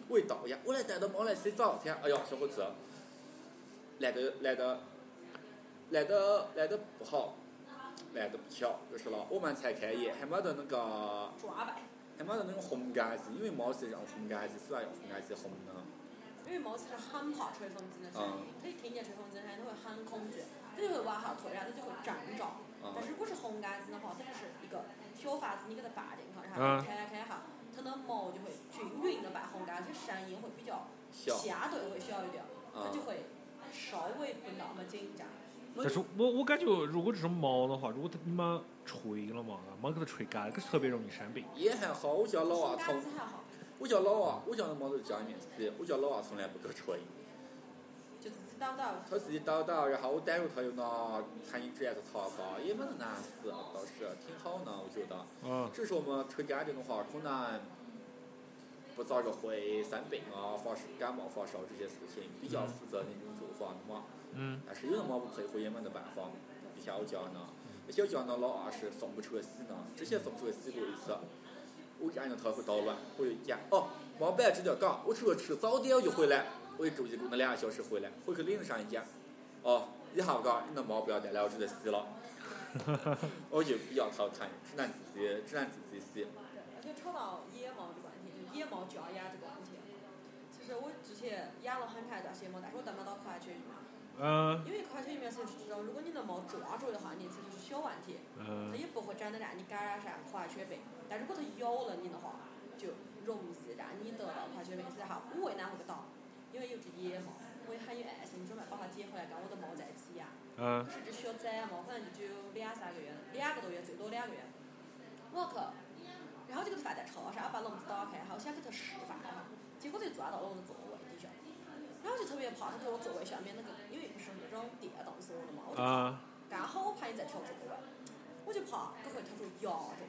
Speaker 2: 我一到呀，我来带着猫来洗澡，天，哎呀，小伙子，来的来的来的来的不好，来的不巧，就是了，我们才开业，还没得那个。
Speaker 3: 抓呗，
Speaker 2: 还没得那种烘干机，因为猫是用烘干机，虽然用烘干机烘的，
Speaker 3: 因为猫其实很怕吹风机的
Speaker 2: 啊
Speaker 3: 声音，它一听见吹风机的声音，它会很恐惧，它就会往后退，然后它就会挣扎。
Speaker 2: 啊、
Speaker 3: 但是如果是烘干机的话，它就是一个小法子，你给它拔进去，然
Speaker 1: 嗯
Speaker 3: 后开开哈，它的毛就会均匀的被烘干，这声音会比较
Speaker 2: 小，
Speaker 3: 相对会小一点，
Speaker 2: 啊
Speaker 3: 它就会稍微不那么紧张。
Speaker 1: 但是我我感觉，如果这种猫的话，如果它你妈吹了嘛，没给它吹干，可是特别容易生病。
Speaker 2: 也还好，我家老啊
Speaker 3: 烘
Speaker 2: 娃
Speaker 3: 干
Speaker 2: 从
Speaker 3: 机还好，
Speaker 2: 我家老娃，我家的猫都是家里面洗，我家老娃从来不给吹，
Speaker 3: 就自己叨叨，
Speaker 2: 他自己叨叨，然后我带着他又拿餐饮职业的采访，也没那难死，倒是挺好呢，我觉得。
Speaker 1: 嗯，
Speaker 2: 只是我们车间这种话，可能不咋个会生病啊、发烧、感冒、发烧这些事情，比较负责的那种做法的嘛。
Speaker 1: 嗯，
Speaker 2: 但是有人嘛不配合也没得办法。你像我家呢，小家呢老二是送不出去洗呢，之前送不出去洗过一次，我感觉他会捣乱，我就讲哦，妈不要直接讲，我出去吃早点我就回来，我一住就过那两个小时回来，回去领上一讲，哦，以后嘎，你的毛不要再来我直接洗了， 我就比较头疼，只能自己只能自己洗，
Speaker 3: 而且扯到腋毛这个问题，就腋毛脚丫这个问题，其实我之前养了很长一段时间毛，但是我都没到快去嘛，
Speaker 1: 嗯，
Speaker 3: 因为快去里面才是知道，如果你的毛抓住的话，你其实是小问题。它
Speaker 1: 嗯，
Speaker 3: 也不会真的让你啊感染上滑血病，但如果它咬了你的话，就容易让你得到滑血病。然后我为哪会不到？因为有只野猫，我也很有爱心，准备把它捡回来跟我的猫在一起养。
Speaker 1: 嗯
Speaker 3: 可，是这小崽嘛，啊反正就只有两三个月，两个多月最多两个月。我靠！然后就给它放在车上，啊把笼子打开，然后想给它示范一下，结果就钻到了我的座位底下。然后就特别怕，它给我座位上面那个，因为不是那种电动锁的嘛，我就
Speaker 1: 啊，
Speaker 3: 刚好我朋友在跳这个，我就怕这回他说摇着，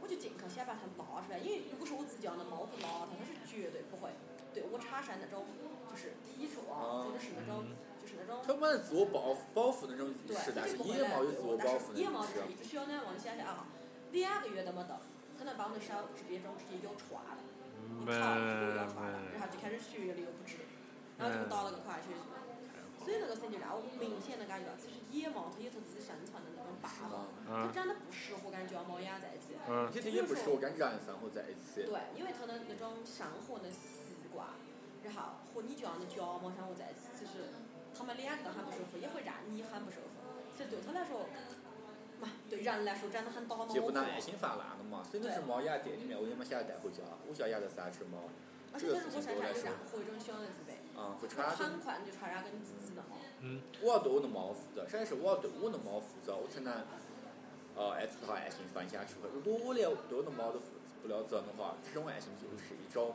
Speaker 3: 我就尽可想把它拉出来，因为如果是我自己养的猫，我不拉它，它是绝对不会对我产生那种就是抵触啊，或者是那种就是那种
Speaker 2: 他们自我保护保护那种意
Speaker 3: 对，
Speaker 2: 识，
Speaker 3: 它
Speaker 2: 但
Speaker 3: 就是不会
Speaker 2: 野
Speaker 3: 来
Speaker 2: 猫有
Speaker 3: 对
Speaker 2: 自
Speaker 3: 我
Speaker 2: 我。
Speaker 3: 但
Speaker 2: 保护
Speaker 3: 是
Speaker 2: 的意
Speaker 3: 野猫
Speaker 2: 识
Speaker 3: 是。一只小奶猫，你想想啊，两个月都没到，它能把我的手指边中直接咬穿了，你
Speaker 1: 没
Speaker 3: 操，给我咬穿了，然后就开始血流不止，然后就打了个快血去了。所以那个事情就让我明显的感觉到，其实野猫它有它自己生存的那种办法，它
Speaker 1: 嗯
Speaker 3: 真的不适合跟家猫养在一起。
Speaker 1: 嗯
Speaker 2: 其实也不是我跟人生活在一起，
Speaker 3: 啊对，因为它的那种生活的习惯，然后和你家的家猫生活在一起，其实它们两个都很不舒服，也会让你很不舒服。其实对它来说，嘛，对人来说真的很打脑
Speaker 2: 就不能。
Speaker 3: 壳
Speaker 2: 爱心泛滥了嘛。所以那只猫养店里面，我也没想带回家，我家养了三只猫，
Speaker 3: 而且它如果身上有任何一种小的自卑，
Speaker 2: 啊、会
Speaker 3: 它
Speaker 2: 传染
Speaker 3: 很快你就传染给你自己的猫。
Speaker 2: 我要对我的猫负责，首先是我要对我的猫负责，我才能呃爱它爱心分享出去。如果我连对我的猫都负不了责的话，这种爱心就是一种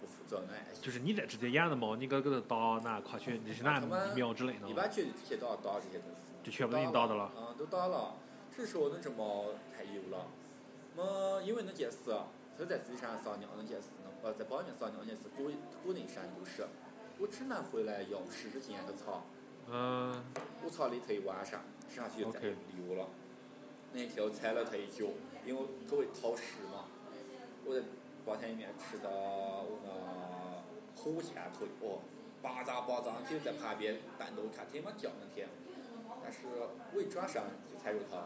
Speaker 2: 不负责任的爱心。
Speaker 1: 就是你在直接养的猫，你给给它打哪快去，你是哪疫苗之类的
Speaker 2: 一
Speaker 1: 吗？
Speaker 2: 般绝对这些都要打这些东西。
Speaker 1: 就全部都给你打的了。
Speaker 2: 嗯，都打了，只是说那只猫太油了。么，因为那件事，啊他在自己身上撒尿那件事呢，呃，在包里面撒尿那件事，过一过那一山就是，我只能回来要十几天的草，
Speaker 1: 嗯
Speaker 2: 我草里头一晚上，身上就再也
Speaker 1: OK
Speaker 2: 不流了。那一天我踩了它一脚，因为它会讨食嘛，我在包间里面吃的我那火箭腿哦，巴扎巴扎，就在旁边单独看，天没叫那天，但是我一转身就踩着它，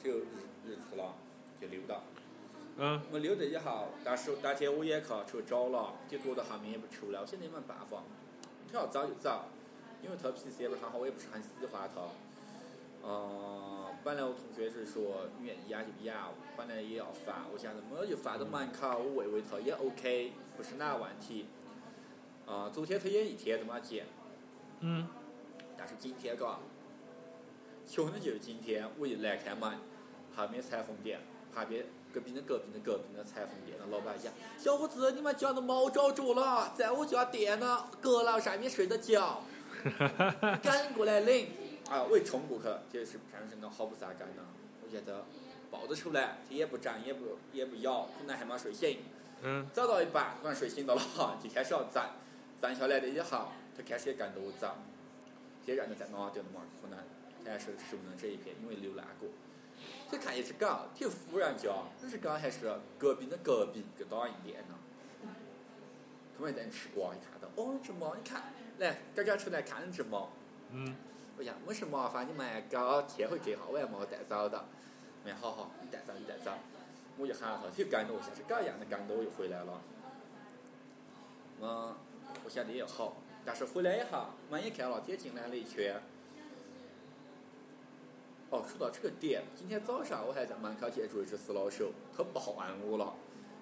Speaker 2: 就日日出了，就溜达。
Speaker 1: 嗯
Speaker 2: 我溜达一下，但是当天我也去出找了，就躲到后面也不出来，我现在也没办法，他要走就走，因为他脾气也不是很好，我也不是很喜欢他。嗯，本来我同学是说愿意养就养，本来也要发，我想着没就发到门口，我喂喂他也 OK，不是哪问题。啊、昨天他也一天都没见，
Speaker 1: 嗯
Speaker 2: 但是今天嘎，巧的就是今天我一来开门，旁边裁缝店，旁边隔壁的隔壁的隔壁的裁缝店的老板讲：“小伙子，你们家的猫找着了，在我家店呢，割了上面睡的觉，赶紧过来领。”啊，我一冲过去，就是全身都好不咋干呢，啊我觉得抱得出来，它也不粘，也不也不咬，可能还没睡醒。
Speaker 1: 嗯
Speaker 2: 走到一半，突然睡醒到了，就开始要站，站下来了以后，他开始也跟着我走，也让他在哪掉的嘛，可能他还是熟能这一片，因为浏览过。再看一只狗，挺服人家，那只狗还是隔壁的隔壁一个大一点呢。他们在那吃瓜，一看到，哦，那只猫，你看，来，哥哥出来看那只猫。
Speaker 1: 嗯
Speaker 2: 我讲没什么麻烦，你买狗贴回去哈，我也没带走的。没好好，你带走，你带走。我就喊他，他就跟着我，像是狗一样的跟着我就回来了。嗯，我想的也好，但是回来以后，门一开了，也进来了一圈。哦，说到这个点，今天早上我还在门口接触一只死老鼠，它报案我了，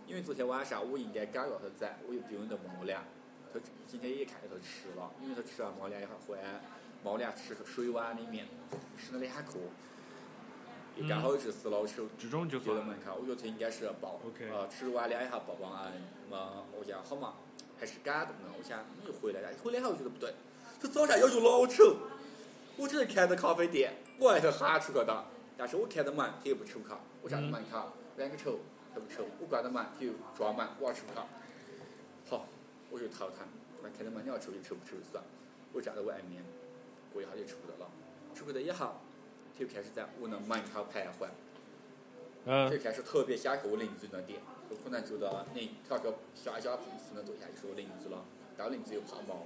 Speaker 2: 因为昨天晚上我应该赶到它在，我又丢的猫粮，它今天也看见它吃了，因为它吃了猫粮以后回来。猫粮吃水碗里面，吃了两颗，也刚好有只死老鼠
Speaker 1: 这种就
Speaker 2: 丢
Speaker 1: 算
Speaker 2: 在门口，我觉得它应该是报
Speaker 1: OK
Speaker 2: 呃吃完粮以后报报恩，那么我想好嘛，还是感动的，我想你就回来了，回来以后我觉得不对，这早餐要求老撑。我这是开的咖啡店，我也是喊出去的，但是我开的慢，他也不抽卡，我
Speaker 1: 嗯
Speaker 2: 站的慢卡，两个抽，他不抽，我关的慢，他又抓慢，我要抽卡。好，我就淘汰，那开的慢，你要抽就抽，不抽就算。我站在外面，过一下就出去了，出去了以后，他就开始在我那慢卡徘徊。
Speaker 1: 嗯
Speaker 2: 最开始特别想和我邻居那点，我可能觉得你挑个小小平时那坐下就是我邻居了，但我邻居又怕猫，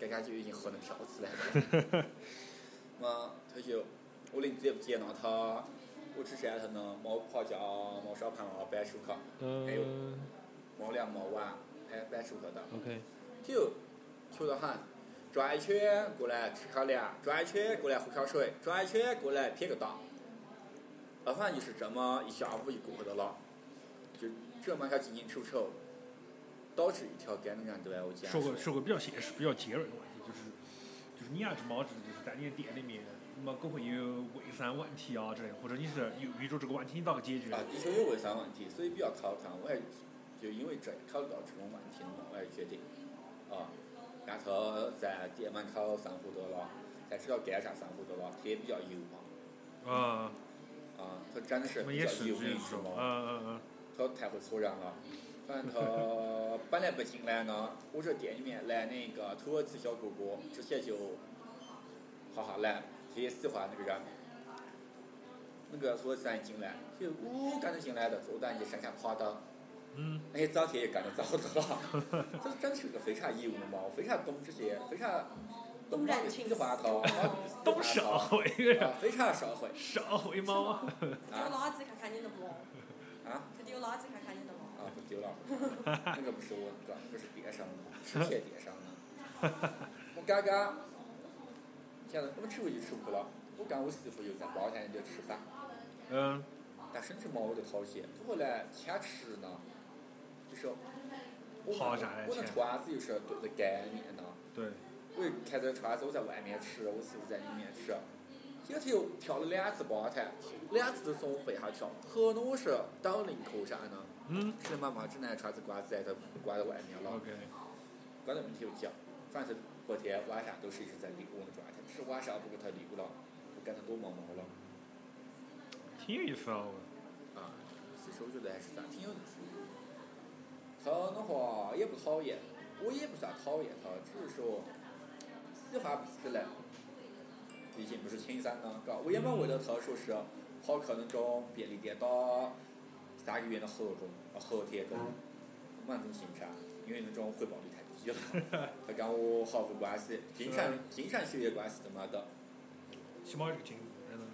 Speaker 2: 感觉就已经和能跳起来了。嘛，他就我邻居也不接纳他，我只是让啊他呢猫跑家，猫烧盘啊，搬出去，
Speaker 1: 嗯
Speaker 2: 猫粮猫碗，哎，搬出去的。
Speaker 1: ，OK，
Speaker 2: 就求得很，转一圈过来吃口粮，转一圈过来喝口水，转一圈过来撇个裆。啊，反正就是这么一下午就过去了，就这么个进进出出，导致一条干的人都来我家
Speaker 1: 说个说个比较现实、比较尖锐的问题，就是就是你要是猫，指的就是在你的店里面，那么可会有卫生问题啊之类的，或者你是遇遇着这个问题你咋个解决？
Speaker 2: 啊，的确有卫生问题，所以比较头疼。我还就因为这考虑到这种问题嘛，我还决定啊，然后在店门口散步得了，在这条街上散步得了，他也比较油嘛，
Speaker 1: 啊，
Speaker 2: 啊，他真的是
Speaker 1: 我们
Speaker 2: 比
Speaker 1: 也
Speaker 2: 较
Speaker 1: 是
Speaker 2: 油
Speaker 1: 这
Speaker 2: 那
Speaker 1: 样
Speaker 2: 只
Speaker 1: 说，
Speaker 2: 猫。
Speaker 1: 嗯嗯
Speaker 2: 他太会凑人了。反正他本来不进来呢，我这店里面来那个土耳其小哥哥，之前就，哈哈来，他也喜欢那个人。那个土耳其人进来，他就呜跟着进来的，坐在一身上趴的，
Speaker 1: 嗯
Speaker 2: 那些早他也跟着走的了。他真是个非常义务的猫，非常懂这些，非常懂猫的喜欢他，
Speaker 1: 嗯，懂社会人，
Speaker 2: 啊，非常社会
Speaker 1: 社会猫，
Speaker 3: 丢
Speaker 2: 啊
Speaker 3: 垃圾看看你的猫，
Speaker 2: 啊。
Speaker 3: 它丢垃圾看看你的猫。
Speaker 2: 啊，不丢了，那个不是我的，不是叠上的，是铁叠上的。 我刚刚，天呐，我们吃过就吃过了。我跟我媳妇又在包间里吃饭，
Speaker 1: 嗯
Speaker 2: 但是这猫我就讨厌。后来前吃呢，就是我
Speaker 1: 跑啥来
Speaker 2: 我那
Speaker 1: 钱
Speaker 2: 串子就是对着街里面呢，
Speaker 1: 对，
Speaker 2: 我一开这串子，我在外面吃，我媳妇在里面吃。结果他又跳了两次吧台，两次都从我背后跳，可能我是倒领口上呢。
Speaker 1: 嗯
Speaker 2: 吃了妈妈只能穿着褂子在这挂在外面了，
Speaker 1: ，OK，
Speaker 2: 挂在门口叫，反正昨天晚上都是一直在遛我的状态，只是晚上不给他遛了，我跟他躲猫猫了，
Speaker 1: 挺有意思啊，
Speaker 2: 啊，其实我觉得还是算挺有意思的。他的话也不讨厌，我也不算讨厌他，只是说喜欢不起来，毕竟不是亲生的，嘎，我也没为了他说是跑去那种便利店打三个月的合同，啊，合同狗，蛮种心善，因为那种回报率太低了，他跟我毫无关系，精神精神血缘关系都没得，
Speaker 1: 起码这个精人呢，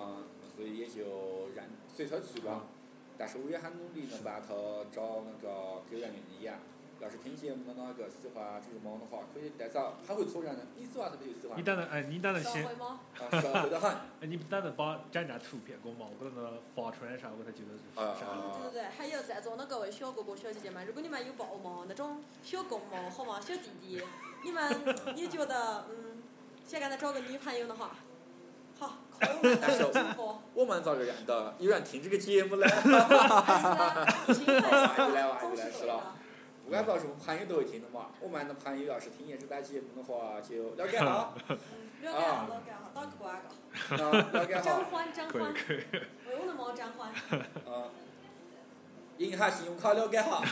Speaker 2: 啊、所以也就让随他去吧。但嗯是我也很努力能帮他找那个狗人愿意养。啊要是听节目的那个喜欢这只猫的话，可以带走，它会做人的，你喜欢它它就喜欢
Speaker 1: 你，等等，哎，你等等
Speaker 3: 社
Speaker 1: 先，
Speaker 3: 会猫，
Speaker 2: 啊，社会的很，啊
Speaker 1: 哎，你等等把展张图片给我嘛，我给他发出来啥，我给他觉得是
Speaker 2: 啊
Speaker 1: 啥。
Speaker 3: 对
Speaker 2: 啊
Speaker 3: 对对，还有在座的各位小哥哥、小姐姐们，如果你们有抱猫那种小公猫，好吗？小弟 弟，你们你觉得嗯，想给他找个女朋友的话，好，可以我们单身直播，
Speaker 2: 我们咋个认得？有人听这个节目 嘞？
Speaker 3: 还是哎情分总是对的。
Speaker 2: 不管咋说，朋友都会听的嘛。我们的朋友要是听见这档节目的话，就了解好，
Speaker 3: 嗯了解了，了解了，打个广告。
Speaker 2: 啊，了解
Speaker 3: 张
Speaker 2: 好，
Speaker 3: 欢，张
Speaker 1: 可以
Speaker 3: 欢，
Speaker 1: 可以，
Speaker 3: 为我的猫张欢，
Speaker 2: 啊，银行信用卡了解好，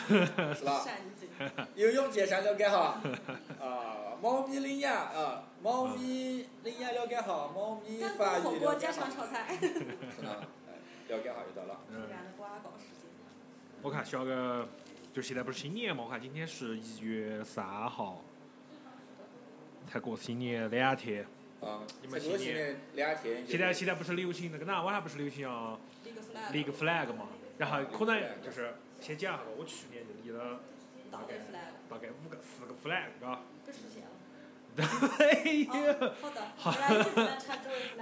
Speaker 2: 是吧？
Speaker 3: 神经。
Speaker 2: 游泳健身了解 好，啊，猫咪领养啊，猫咪领养了解
Speaker 1: 嗯
Speaker 2: 好，猫咪
Speaker 3: 干锅
Speaker 2: 发
Speaker 3: 火
Speaker 2: 育
Speaker 3: 锅
Speaker 2: 了
Speaker 3: 加
Speaker 2: 解好
Speaker 3: 上，炒菜。
Speaker 2: 是呢，哎了解好就得了。
Speaker 1: 嗯。
Speaker 3: 干的广告时间。
Speaker 1: 我看需要个，就现在不是新年嘛？我看今天是一月三号，才过新年两天。
Speaker 2: 啊，
Speaker 1: 你们
Speaker 2: 再多
Speaker 1: 新
Speaker 2: 新
Speaker 1: 年
Speaker 2: 年两天就
Speaker 1: 现在现在不是流行那个哪？晚上不是流行要
Speaker 3: 立个 flag。
Speaker 1: 立个 flag 嘛？然后可能就是先讲一下吧。我去年就立了
Speaker 3: 大个 flag，
Speaker 1: 大概五个、四个 flag，嘎。
Speaker 3: 不实现了。
Speaker 1: 对
Speaker 3: 哦好的，我来一个来插这位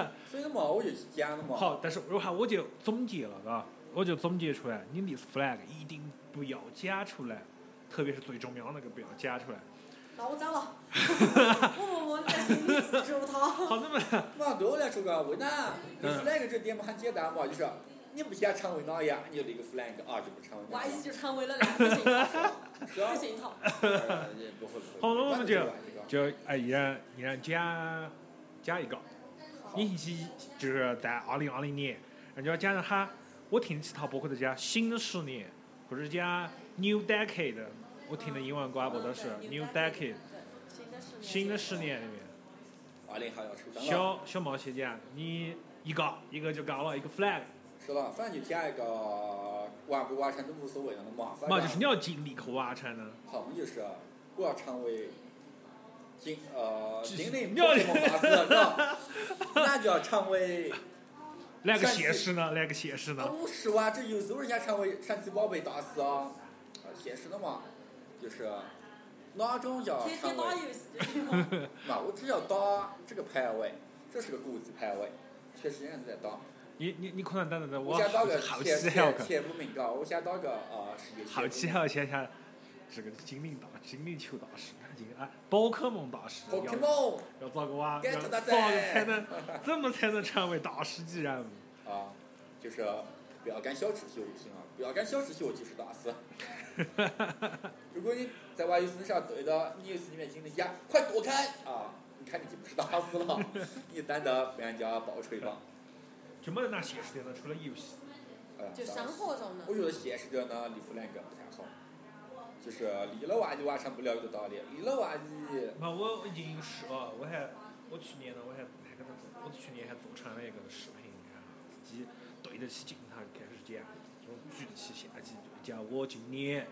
Speaker 3: flag。
Speaker 2: 所以嘛，我就讲了嘛，
Speaker 1: 好，但是我看我就总结了，嘎，我就总结出来，你立 flag 一定不要讲出来，特别是最重要的那个不要讲出来。
Speaker 3: 那我走了。 我默默在心里记住他。
Speaker 1: 好，那么嗯
Speaker 2: 嘛对我来说个为难，就是那个这点嘛很简单嘛，就是你不想成为那样，你就立个 flag 啊，就不成为那
Speaker 3: 万
Speaker 2: 样
Speaker 3: 一。就成为了两个信号，
Speaker 2: 是吧
Speaker 3: 不？信 号。
Speaker 2: 呃也不会。不会
Speaker 1: 好那我们就
Speaker 2: 不会不会
Speaker 1: 就哎，依然依然加加一个，你去就是在二零二零年，人家加上他，我听其他博客在讲新的十年，或者讲 new decade，我听的英文广播的是
Speaker 3: 嗯对
Speaker 1: new decade，
Speaker 3: 对
Speaker 1: 新
Speaker 3: 新
Speaker 1: 的
Speaker 3: 的
Speaker 1: 十
Speaker 3: 十
Speaker 1: 年
Speaker 3: 年，
Speaker 1: 里面。
Speaker 2: 二零还要
Speaker 1: 嗯
Speaker 2: 出生了，
Speaker 1: 小小毛细讲，你一个一个就高了，一个 flag，
Speaker 2: 是了，反正就加一个完不完成都无所谓了嘛。反
Speaker 1: 嘛就是
Speaker 2: 正
Speaker 1: 你要尽力去完成的。
Speaker 2: 好，我们就是我要成为精呃
Speaker 1: 就是
Speaker 2: 精灵
Speaker 1: 妙
Speaker 2: 破梦大师，是吧？那就要成为啊
Speaker 1: 来个现实呢？来个现实
Speaker 2: 那
Speaker 1: 呢？
Speaker 2: 五十万这有时候人家成为神奇宝贝大师啊，呃现实的嘛，就是啊哪种叫
Speaker 3: 天天
Speaker 2: 成
Speaker 3: 打
Speaker 2: 为？
Speaker 3: 游戏的地方，
Speaker 2: 那我只要打这个排位，这是个国际排位，确实人家在打。
Speaker 1: 你你你可能等等等，
Speaker 2: 我
Speaker 1: 我
Speaker 2: 想打个
Speaker 1: 好
Speaker 2: 前
Speaker 1: 奇还要
Speaker 2: 前
Speaker 1: 看，
Speaker 2: 前五名高，我想打个啊世界
Speaker 1: 好奇
Speaker 2: 前
Speaker 1: 还要想想这个精灵大精灵球大师，看这个啊，宝可梦大师
Speaker 2: 五名。
Speaker 1: 要
Speaker 2: Pokemon
Speaker 1: 要咋个哇？要
Speaker 2: get
Speaker 1: 咋
Speaker 2: the
Speaker 1: 个才能怎么才能成为大师级人物？
Speaker 2: 啊，就是不要跟小吃秀就行了，不要跟小吃秀就是大师。如果你在玩游戏上对的，你游戏里面经理呀，快躲开啊！你看你就不是大师了，你单的被人家暴锤吧。
Speaker 1: 就没得拿现实点的，除了游戏。
Speaker 2: 哎呀
Speaker 3: 就生 活中呢
Speaker 2: 我，觉得现实中呢，立 flag 不太好，就是立了万一完成不了的道理，立了万 一
Speaker 1: 那我已经是了，我还我去年呢，我还还跟他做，我去年还做成了一个视频，然后自己对得起镜头开始讲，就举得起相机就讲我今年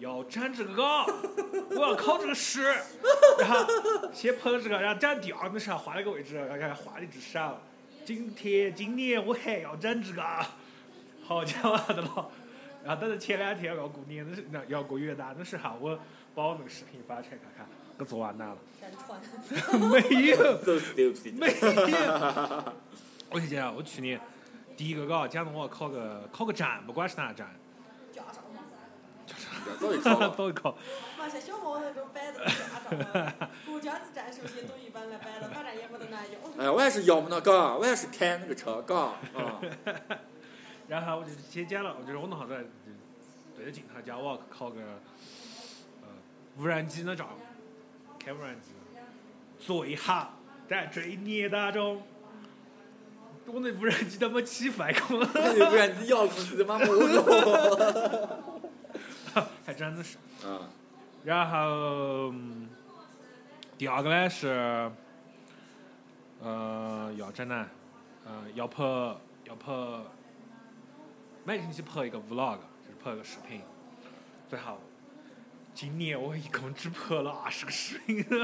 Speaker 1: 要展这个岗，我要考这个试，然后先碰这个，然后展第二名上换了个位置，然后看换了一只手，今天今年我还要展这个，好家伙的了。然后但是前两天要过年的时，那要过元旦的时候，我把我那个视频发出来看看，我做完蛋了。
Speaker 3: 人 传。
Speaker 1: 没有，
Speaker 2: so stupid，
Speaker 1: 没有。我跟你讲，我去年第一个嘎，假如我考个考个站，不管是哪 站，
Speaker 3: 家长嘛，
Speaker 2: 早就说了。
Speaker 1: 早一考。
Speaker 3: 那些小毛那种摆的 家长嘛，国家级战术也都一般来摆了，反正也没得难用。
Speaker 2: 哎呀，我还是要么那个，我还是开那个车，嘎啊。
Speaker 1: 然后我就先讲了，我就是我那哈子对着镜头讲，我要考个呃无人机那站，开无人机最好在这一年当中，我那无人机都没起飞过。
Speaker 2: 那就不然你要出去的妈没 有。
Speaker 1: 还真的是。
Speaker 2: 嗯，
Speaker 1: 然后、嗯第二个呢是，呃，要真呢，呃，要拍要拍，每个星期拍一个 vlog，就是拍一个视频。最后，今年我一共只拍了 二十个视频，
Speaker 3: 就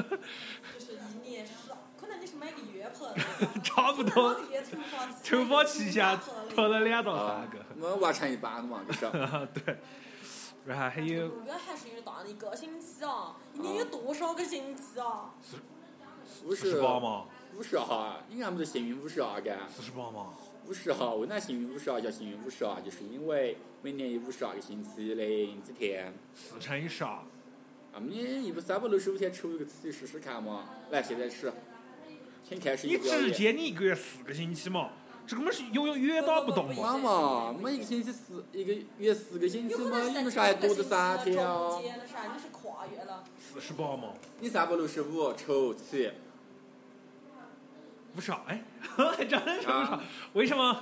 Speaker 3: 是一年是，可能你是每个月拍的，
Speaker 1: 差不 多，突发奇想拍
Speaker 3: 拍
Speaker 1: 了两到
Speaker 2: 啊
Speaker 1: 三，个。
Speaker 2: 我完成一半的嘛，就是。
Speaker 1: 对，然后还有
Speaker 3: 我还是有点大，一个星期啊，一年有多少个星期啊？
Speaker 2: 五
Speaker 1: 四十八？嘛，
Speaker 2: 五十号，你看不是幸运五十号干？
Speaker 1: 四十八嘛，
Speaker 2: 五十号，为啥幸运五十号叫幸运五十号？就是因为每年有五十二个星期零几天。
Speaker 1: 四乘以十二，
Speaker 2: 啊，你一不三百六十五天除一个自己试试看嘛？来，现在吃。先开始一
Speaker 1: 你
Speaker 2: 个表
Speaker 1: 直
Speaker 2: 演。
Speaker 1: 接你一个月四个星期嘛，这个么是永远远打不动嘛。
Speaker 2: 妈妈，每一个星期四，一个月四个星期
Speaker 3: 有可
Speaker 2: 嘛，
Speaker 3: 能
Speaker 2: 你们啥还多的三天啊
Speaker 3: 中？间的啥，你是跨越了，
Speaker 1: 四十八嘛，
Speaker 2: 你三百六十五除七，
Speaker 1: 不少 哎，真的是不少
Speaker 2: 啊。
Speaker 1: 为什么？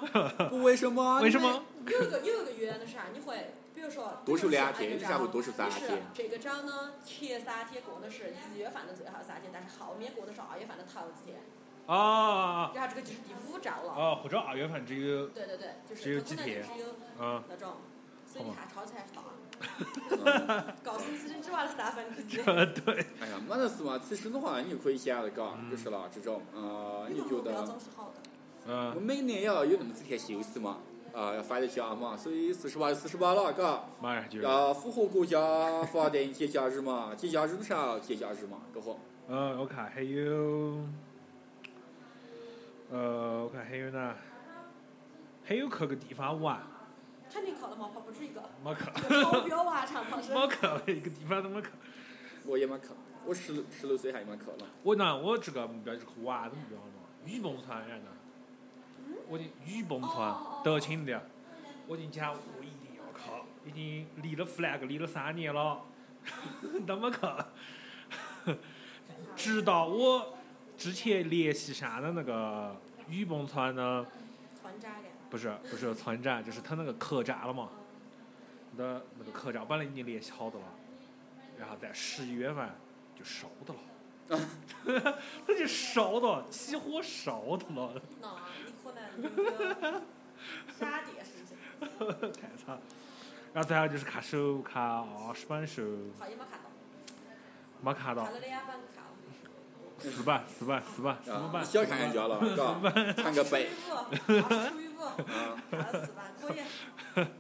Speaker 2: 不为什么？
Speaker 1: 为什么？
Speaker 3: 有一个有一个月的啥，你会比如说
Speaker 2: 多数两天
Speaker 3: 这个
Speaker 2: 一下会多数三
Speaker 3: 你是啊
Speaker 2: 天
Speaker 3: 这个章呢，前三天过的是一月份的最后三天，但是后面过的是二月份的头几天，
Speaker 1: 啊啊
Speaker 3: 然后这个就是第五章
Speaker 1: 啊！
Speaker 3: 了。
Speaker 1: 啊，或者二月份只有
Speaker 3: 对对对，就是
Speaker 1: 只有
Speaker 3: 它可能
Speaker 1: 几天
Speaker 3: 就只有
Speaker 1: 嗯，
Speaker 3: 那种，所以你
Speaker 1: 好吧
Speaker 3: 还超起来是大。
Speaker 2: 嗯
Speaker 3: 告诉你，其实你只玩了三分之一。
Speaker 1: 对，
Speaker 2: 哎呀，没得事嘛。其实的话，你可以想着搞，就是了嗯这种，呃，你
Speaker 3: 你的
Speaker 2: 觉
Speaker 3: 目标
Speaker 2: 得
Speaker 3: 总是好的。
Speaker 2: 我
Speaker 1: 嗯，
Speaker 2: 每年要有那么几天休息嘛，呃，要发点假嘛，所以四十八四十八了，嘎，
Speaker 1: 马上就
Speaker 2: 要符合国家法定节假日嘛， 节假日的啥节假日嘛，搞好。
Speaker 1: 嗯，我看还有，呃，我看还有呢，还有去个地方玩，
Speaker 3: 肯定考的毛跑不止一个，
Speaker 1: 没去，
Speaker 3: 超标啊，长跑 是。
Speaker 1: 没去 一个地方都没去。
Speaker 2: 我也没课，我十十六岁还没课呢。
Speaker 1: 我呢，我这个目标就是去啊玩哎的目标嘛，雨崩川人呢，我的雨崩川
Speaker 3: 哦哦哦，
Speaker 1: 德清的，我就讲，我一定要考，已经立了 flag 立了三年了， 怎么 考？直到我之前联系上的那个雨崩船的，
Speaker 3: 团长的，
Speaker 1: 不是不是船长，就是他那个客栈了嘛，
Speaker 3: 嗯
Speaker 1: 的那个客栈本来已经联系好的了，然后在十一月份就烧的了。 他就烧的，起火烧的了，
Speaker 3: 那啊你可能那个傻点是不是？
Speaker 1: 太惨。然后再有就是看手，看二十本书，
Speaker 3: 好，有没有看到？
Speaker 1: 没看到
Speaker 3: 看了两版，看了。
Speaker 1: 四本，四本，四本，四
Speaker 2: 啊，
Speaker 1: 本，
Speaker 2: 小看人 家了，嘎，看个 背，
Speaker 3: 初一五，初一 五，
Speaker 2: 啊，
Speaker 3: 看了四版，可以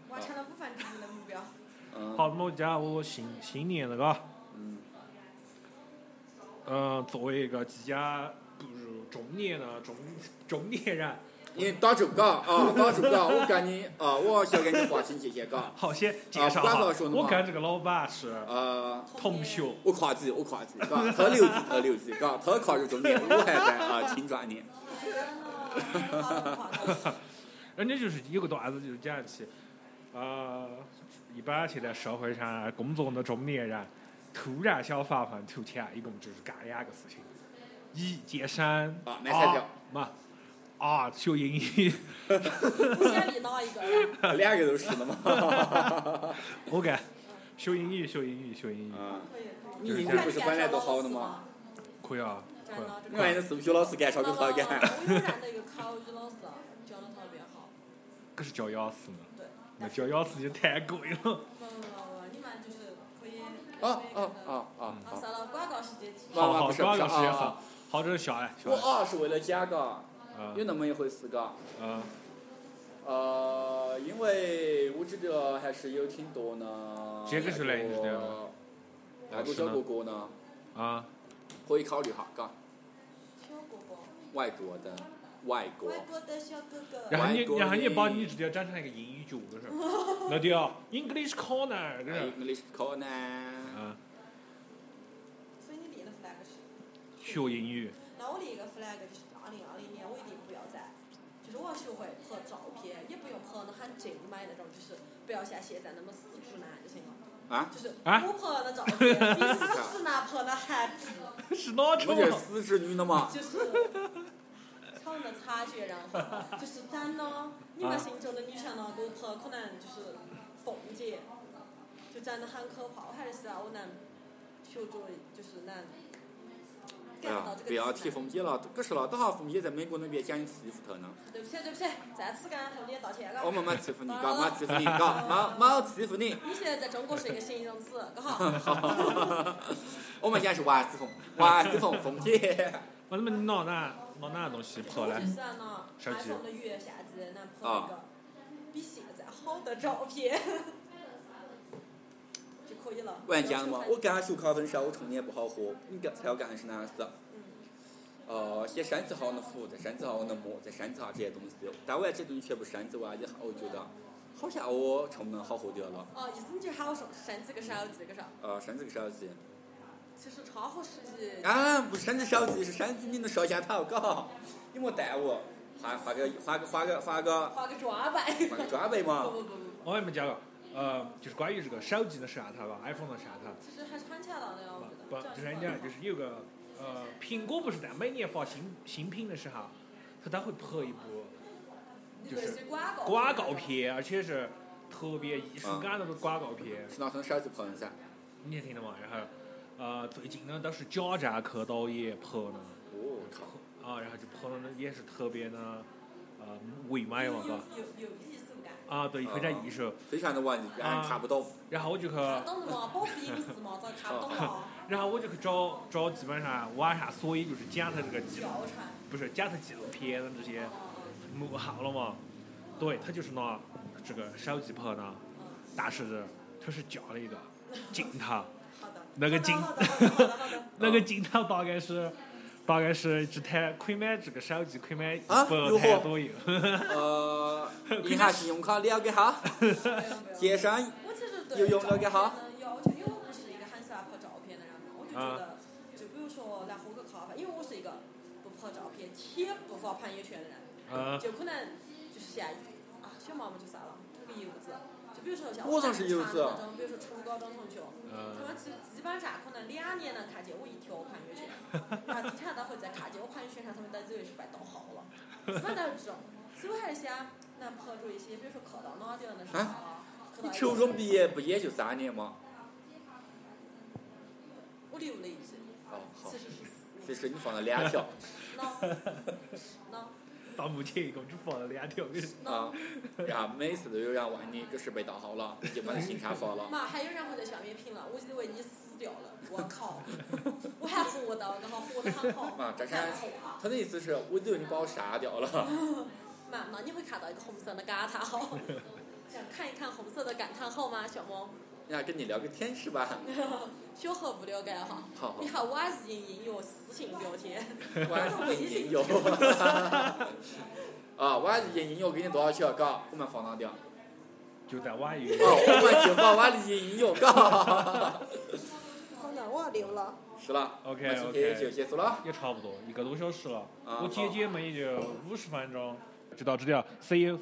Speaker 3: 完成了五分之一的目标。
Speaker 2: 嗯，
Speaker 1: 好，那么我讲我新新年那个，
Speaker 2: 嗯，
Speaker 1: 嗯，作为一个即将步入中年的中中年人，
Speaker 2: 你打住嘎啊，打住嘎，我跟你啊，我想跟你划清界限嘎，
Speaker 1: 好，先介绍
Speaker 2: 啊不管怎
Speaker 1: 哈
Speaker 2: 么说，呢
Speaker 1: 我
Speaker 2: 嘛
Speaker 1: 跟这个老板是
Speaker 2: 啊。
Speaker 1: 同学，
Speaker 2: 我夸自己，我夸自己，嘎，他六级，他六级，嘎，他跨入中年，我还在啊青壮年，
Speaker 3: 好的，好的。
Speaker 1: 人家就是有个段子就是讲起，呃，一般现在社会上工作的中年人，突然想发愤图强，一共就是干两个事情：一健身，
Speaker 2: 啊买彩票
Speaker 1: 二嘛，啊学英 语。
Speaker 3: 不想理哪一个人？
Speaker 2: 两个都是的嘛。
Speaker 1: 我干，学英语，学英语，学英语，
Speaker 2: 啊，
Speaker 3: 可以，可以。
Speaker 2: 你英语不是本来都好的吗？
Speaker 1: 可以啊，可
Speaker 3: 真
Speaker 1: 以啊。
Speaker 3: 的，真
Speaker 2: 你看
Speaker 3: 的。
Speaker 2: 人家数学老师干啥
Speaker 3: 那
Speaker 2: 给
Speaker 3: 个
Speaker 2: 他干？
Speaker 3: 我有认得一个考语老师，教的啊特别 好。
Speaker 1: 可是教雅思呢，
Speaker 3: 对。
Speaker 1: 那教雅思就太贵了。
Speaker 3: 不不不不，你们就是可以。
Speaker 2: 啊啊啊啊
Speaker 3: 啊！
Speaker 2: 啊！
Speaker 3: 算了，广告时间见。
Speaker 2: 妈
Speaker 1: 好
Speaker 2: 妈
Speaker 1: 好，
Speaker 2: 不是
Speaker 1: 高老
Speaker 2: 不
Speaker 1: 师
Speaker 2: 是
Speaker 1: 也
Speaker 2: 啊
Speaker 1: 好
Speaker 2: 啊，
Speaker 1: 好，这是小爱，小
Speaker 2: 我
Speaker 1: 爱，
Speaker 2: 二是为了讲个，有
Speaker 1: 嗯
Speaker 2: 那么一回事个，
Speaker 1: 嗯
Speaker 2: 呃，因为我觉得还是有挺多呢。
Speaker 1: 这个是哪一个是这样的
Speaker 2: 外国小哥哥呢，
Speaker 1: 啊，
Speaker 2: 可以考虑哈，嘎，
Speaker 3: 小哥哥，
Speaker 2: 外国的，外国
Speaker 3: 外国的小哥 哥。
Speaker 1: 然后你
Speaker 2: 外国
Speaker 1: 然后你
Speaker 2: 人
Speaker 1: 把你直接整成一个英语角子 是吧？那对啊，English corner，这是，啊
Speaker 2: ，English 考呢，
Speaker 1: 嗯，
Speaker 3: 所以你立了 flag 是？
Speaker 1: 学英语，
Speaker 3: 那我立一个 flag 就是二零二零年我一定不要再，就是我要学会拍照片，也不用拍那很精美那种，就是不要像现在那么死直男就行了。
Speaker 2: 啊？
Speaker 3: 就是我
Speaker 1: 啊
Speaker 3: 拍的照片比死直男拍的还直，
Speaker 1: 是哪
Speaker 2: 我
Speaker 1: 种
Speaker 2: 这？四十女的嘛，
Speaker 3: 就是超了察觉，然后就是真的，你们心中的女神呢，给我拍可能就是凤姐，就真的很可怕。我还是希望我能学着，就是能
Speaker 2: 哎
Speaker 3: get 到
Speaker 2: 呀
Speaker 3: 这，个
Speaker 2: 不要提
Speaker 3: 直男
Speaker 2: 凤姐了，可是了，等下凤姐在美国那边讲你欺负 她呢。
Speaker 3: 对不起，对不起，啊再次跟冯姐道歉，啊嘎
Speaker 2: 我。们没欺 负你，嘎，没欺负你，嘎，没没欺负你。
Speaker 3: 你现在在中国是一个形容词，刚好。
Speaker 2: 我们讲是王思凤，王思凤凤姐。
Speaker 1: 我他妈拿哪拿哪东西拍
Speaker 3: 我就
Speaker 1: 嘞？
Speaker 3: 是呢
Speaker 1: 手机
Speaker 3: ，iPhone 的月下机能拍一
Speaker 2: 啊
Speaker 3: 个比现在好的照片 就可以了。
Speaker 2: 我跟你讲了嘛，我跟他学考分啊手，我常年不好喝。你刚才要干的是哪样事？啊
Speaker 3: 嗯，
Speaker 2: 呃，先身体好能扶，再身体好能摸，再身体好这些东西。哦但我这东西全部身体完以后，我觉得好像我成不能好喝掉了。
Speaker 3: 哦，意思你就喊我说生这个手机个啥？
Speaker 2: 呃，身体个手机，
Speaker 3: 其实超合适的。
Speaker 2: 啊，不是身体手机，是身体你能烧下头，嘎，你莫耽误，花花个花个花个花个
Speaker 3: 化个妆呗。
Speaker 2: 花个装备
Speaker 3: 不
Speaker 2: 嘛。
Speaker 3: 不不不不，
Speaker 1: 我也没讲过，呃，就是关于这个手机的摄像头吧，iPhone 的摄像头。
Speaker 3: 其实还是很恰当的呀，我觉得。
Speaker 1: 不，就是人家就是有个呃，苹果不是在每年发新新品的时候，它它会拍一部就
Speaker 3: 类
Speaker 1: 是
Speaker 3: 似于广告
Speaker 1: 广告。片，而且是特别艺术感的那种广告片，
Speaker 2: 是拿从手机碰噻。
Speaker 1: 你也听到嘛？然后呃，最近呢都是贾樟柯导演拍的，
Speaker 2: 哦，靠！
Speaker 1: 啊，然后就拍的呢也是特别呢呃唯美
Speaker 3: 有
Speaker 1: 嘛，
Speaker 3: 有
Speaker 2: 嗯
Speaker 1: 嘎。
Speaker 3: 有有艺术感。
Speaker 1: 啊，对，非常艺术。
Speaker 2: 非常的玩，然后看不懂。
Speaker 1: 然后我就去，
Speaker 3: 看懂的嘛，保护隐私嘛，咋
Speaker 2: 哦
Speaker 3: 看懂 嘛？
Speaker 1: 然后我就去找找，基本上网上所有就是讲他这个纪录，
Speaker 3: 教程。
Speaker 1: 不是讲他纪录片的这些
Speaker 3: 嗯
Speaker 1: 幕后了嘛。对他就是拿这个手机拍
Speaker 3: 嗯
Speaker 1: 的，但是他是加了一个镜 头，
Speaker 3: 好的。
Speaker 1: 那个镜
Speaker 3: 好的好的好的好 的。
Speaker 1: 那个镜头大概是大概是只台可以买这个手机可以买一
Speaker 2: 啊
Speaker 1: 百
Speaker 2: 如何
Speaker 1: 台左右，
Speaker 2: 呃，银行信用卡了解哈，健身
Speaker 3: 我其实对
Speaker 2: 有用了
Speaker 3: 照
Speaker 2: 解哈
Speaker 3: 片的要求，因为我不是一个很喜欢拍照片的人嘛，我就觉
Speaker 1: 啊
Speaker 3: 得，就比如说来喝个咖啡，因为我是一个不拍照片且不发朋友圈的人，
Speaker 1: 嗯，
Speaker 3: 就可能就是像啊，小毛毛就啥了，特别幼稚。就比如说像
Speaker 2: 我倒是幼稚啊
Speaker 3: 那种，比如说初高中同学，他
Speaker 1: 嗯，
Speaker 3: 们基基本上可能两年能看见我一条朋友圈，然后底下他会再看见我朋友圈上他们都以为是被盗号了，基本上都是这种。所以我还是想能抛出一些，比如说考到哪点的时候
Speaker 2: 哎
Speaker 3: 啊，考
Speaker 2: 你
Speaker 3: 到
Speaker 2: 初中毕业不也就三年吗？
Speaker 3: 我留了一句，
Speaker 2: 哦，好
Speaker 3: 其，实是
Speaker 2: 其
Speaker 3: 四
Speaker 2: 实你放了两条
Speaker 3: 喏喏
Speaker 1: 到目前一共只放了两条，
Speaker 2: 啊
Speaker 3: 喏，，
Speaker 2: 然后每次都有人问你这是被盗号了，你就把你心看发了。
Speaker 3: 妈，还有人会在下面评论，我以为你死掉了，我靠，我还活到，然后活得很好，
Speaker 2: 妈这
Speaker 3: 干
Speaker 2: 看
Speaker 3: 错啊！
Speaker 2: 他的意思是，我以为你把我杀掉了。
Speaker 3: 妈，那你会看到一个红色的感叹号，想看一看红色的感叹号吗，小猫？
Speaker 2: 那跟你聊个天是吧？
Speaker 3: 小何不了解哈，
Speaker 2: 好好
Speaker 3: 你，看我也是用音乐私信聊天，
Speaker 2: 我还是演音乐。啊，我还是演音乐给你多少钱？嘎，我们放哪 点？哦，
Speaker 1: 就在网 易云。
Speaker 2: 我们就把我的音乐嘎。
Speaker 3: 好难我留了，
Speaker 2: 是了
Speaker 1: OK，
Speaker 2: 那今
Speaker 1: OK
Speaker 2: 天就结束了。
Speaker 1: 也差不多一个多小时了，
Speaker 2: 啊
Speaker 1: 我姐姐们也就五十分钟。知道知道，See you。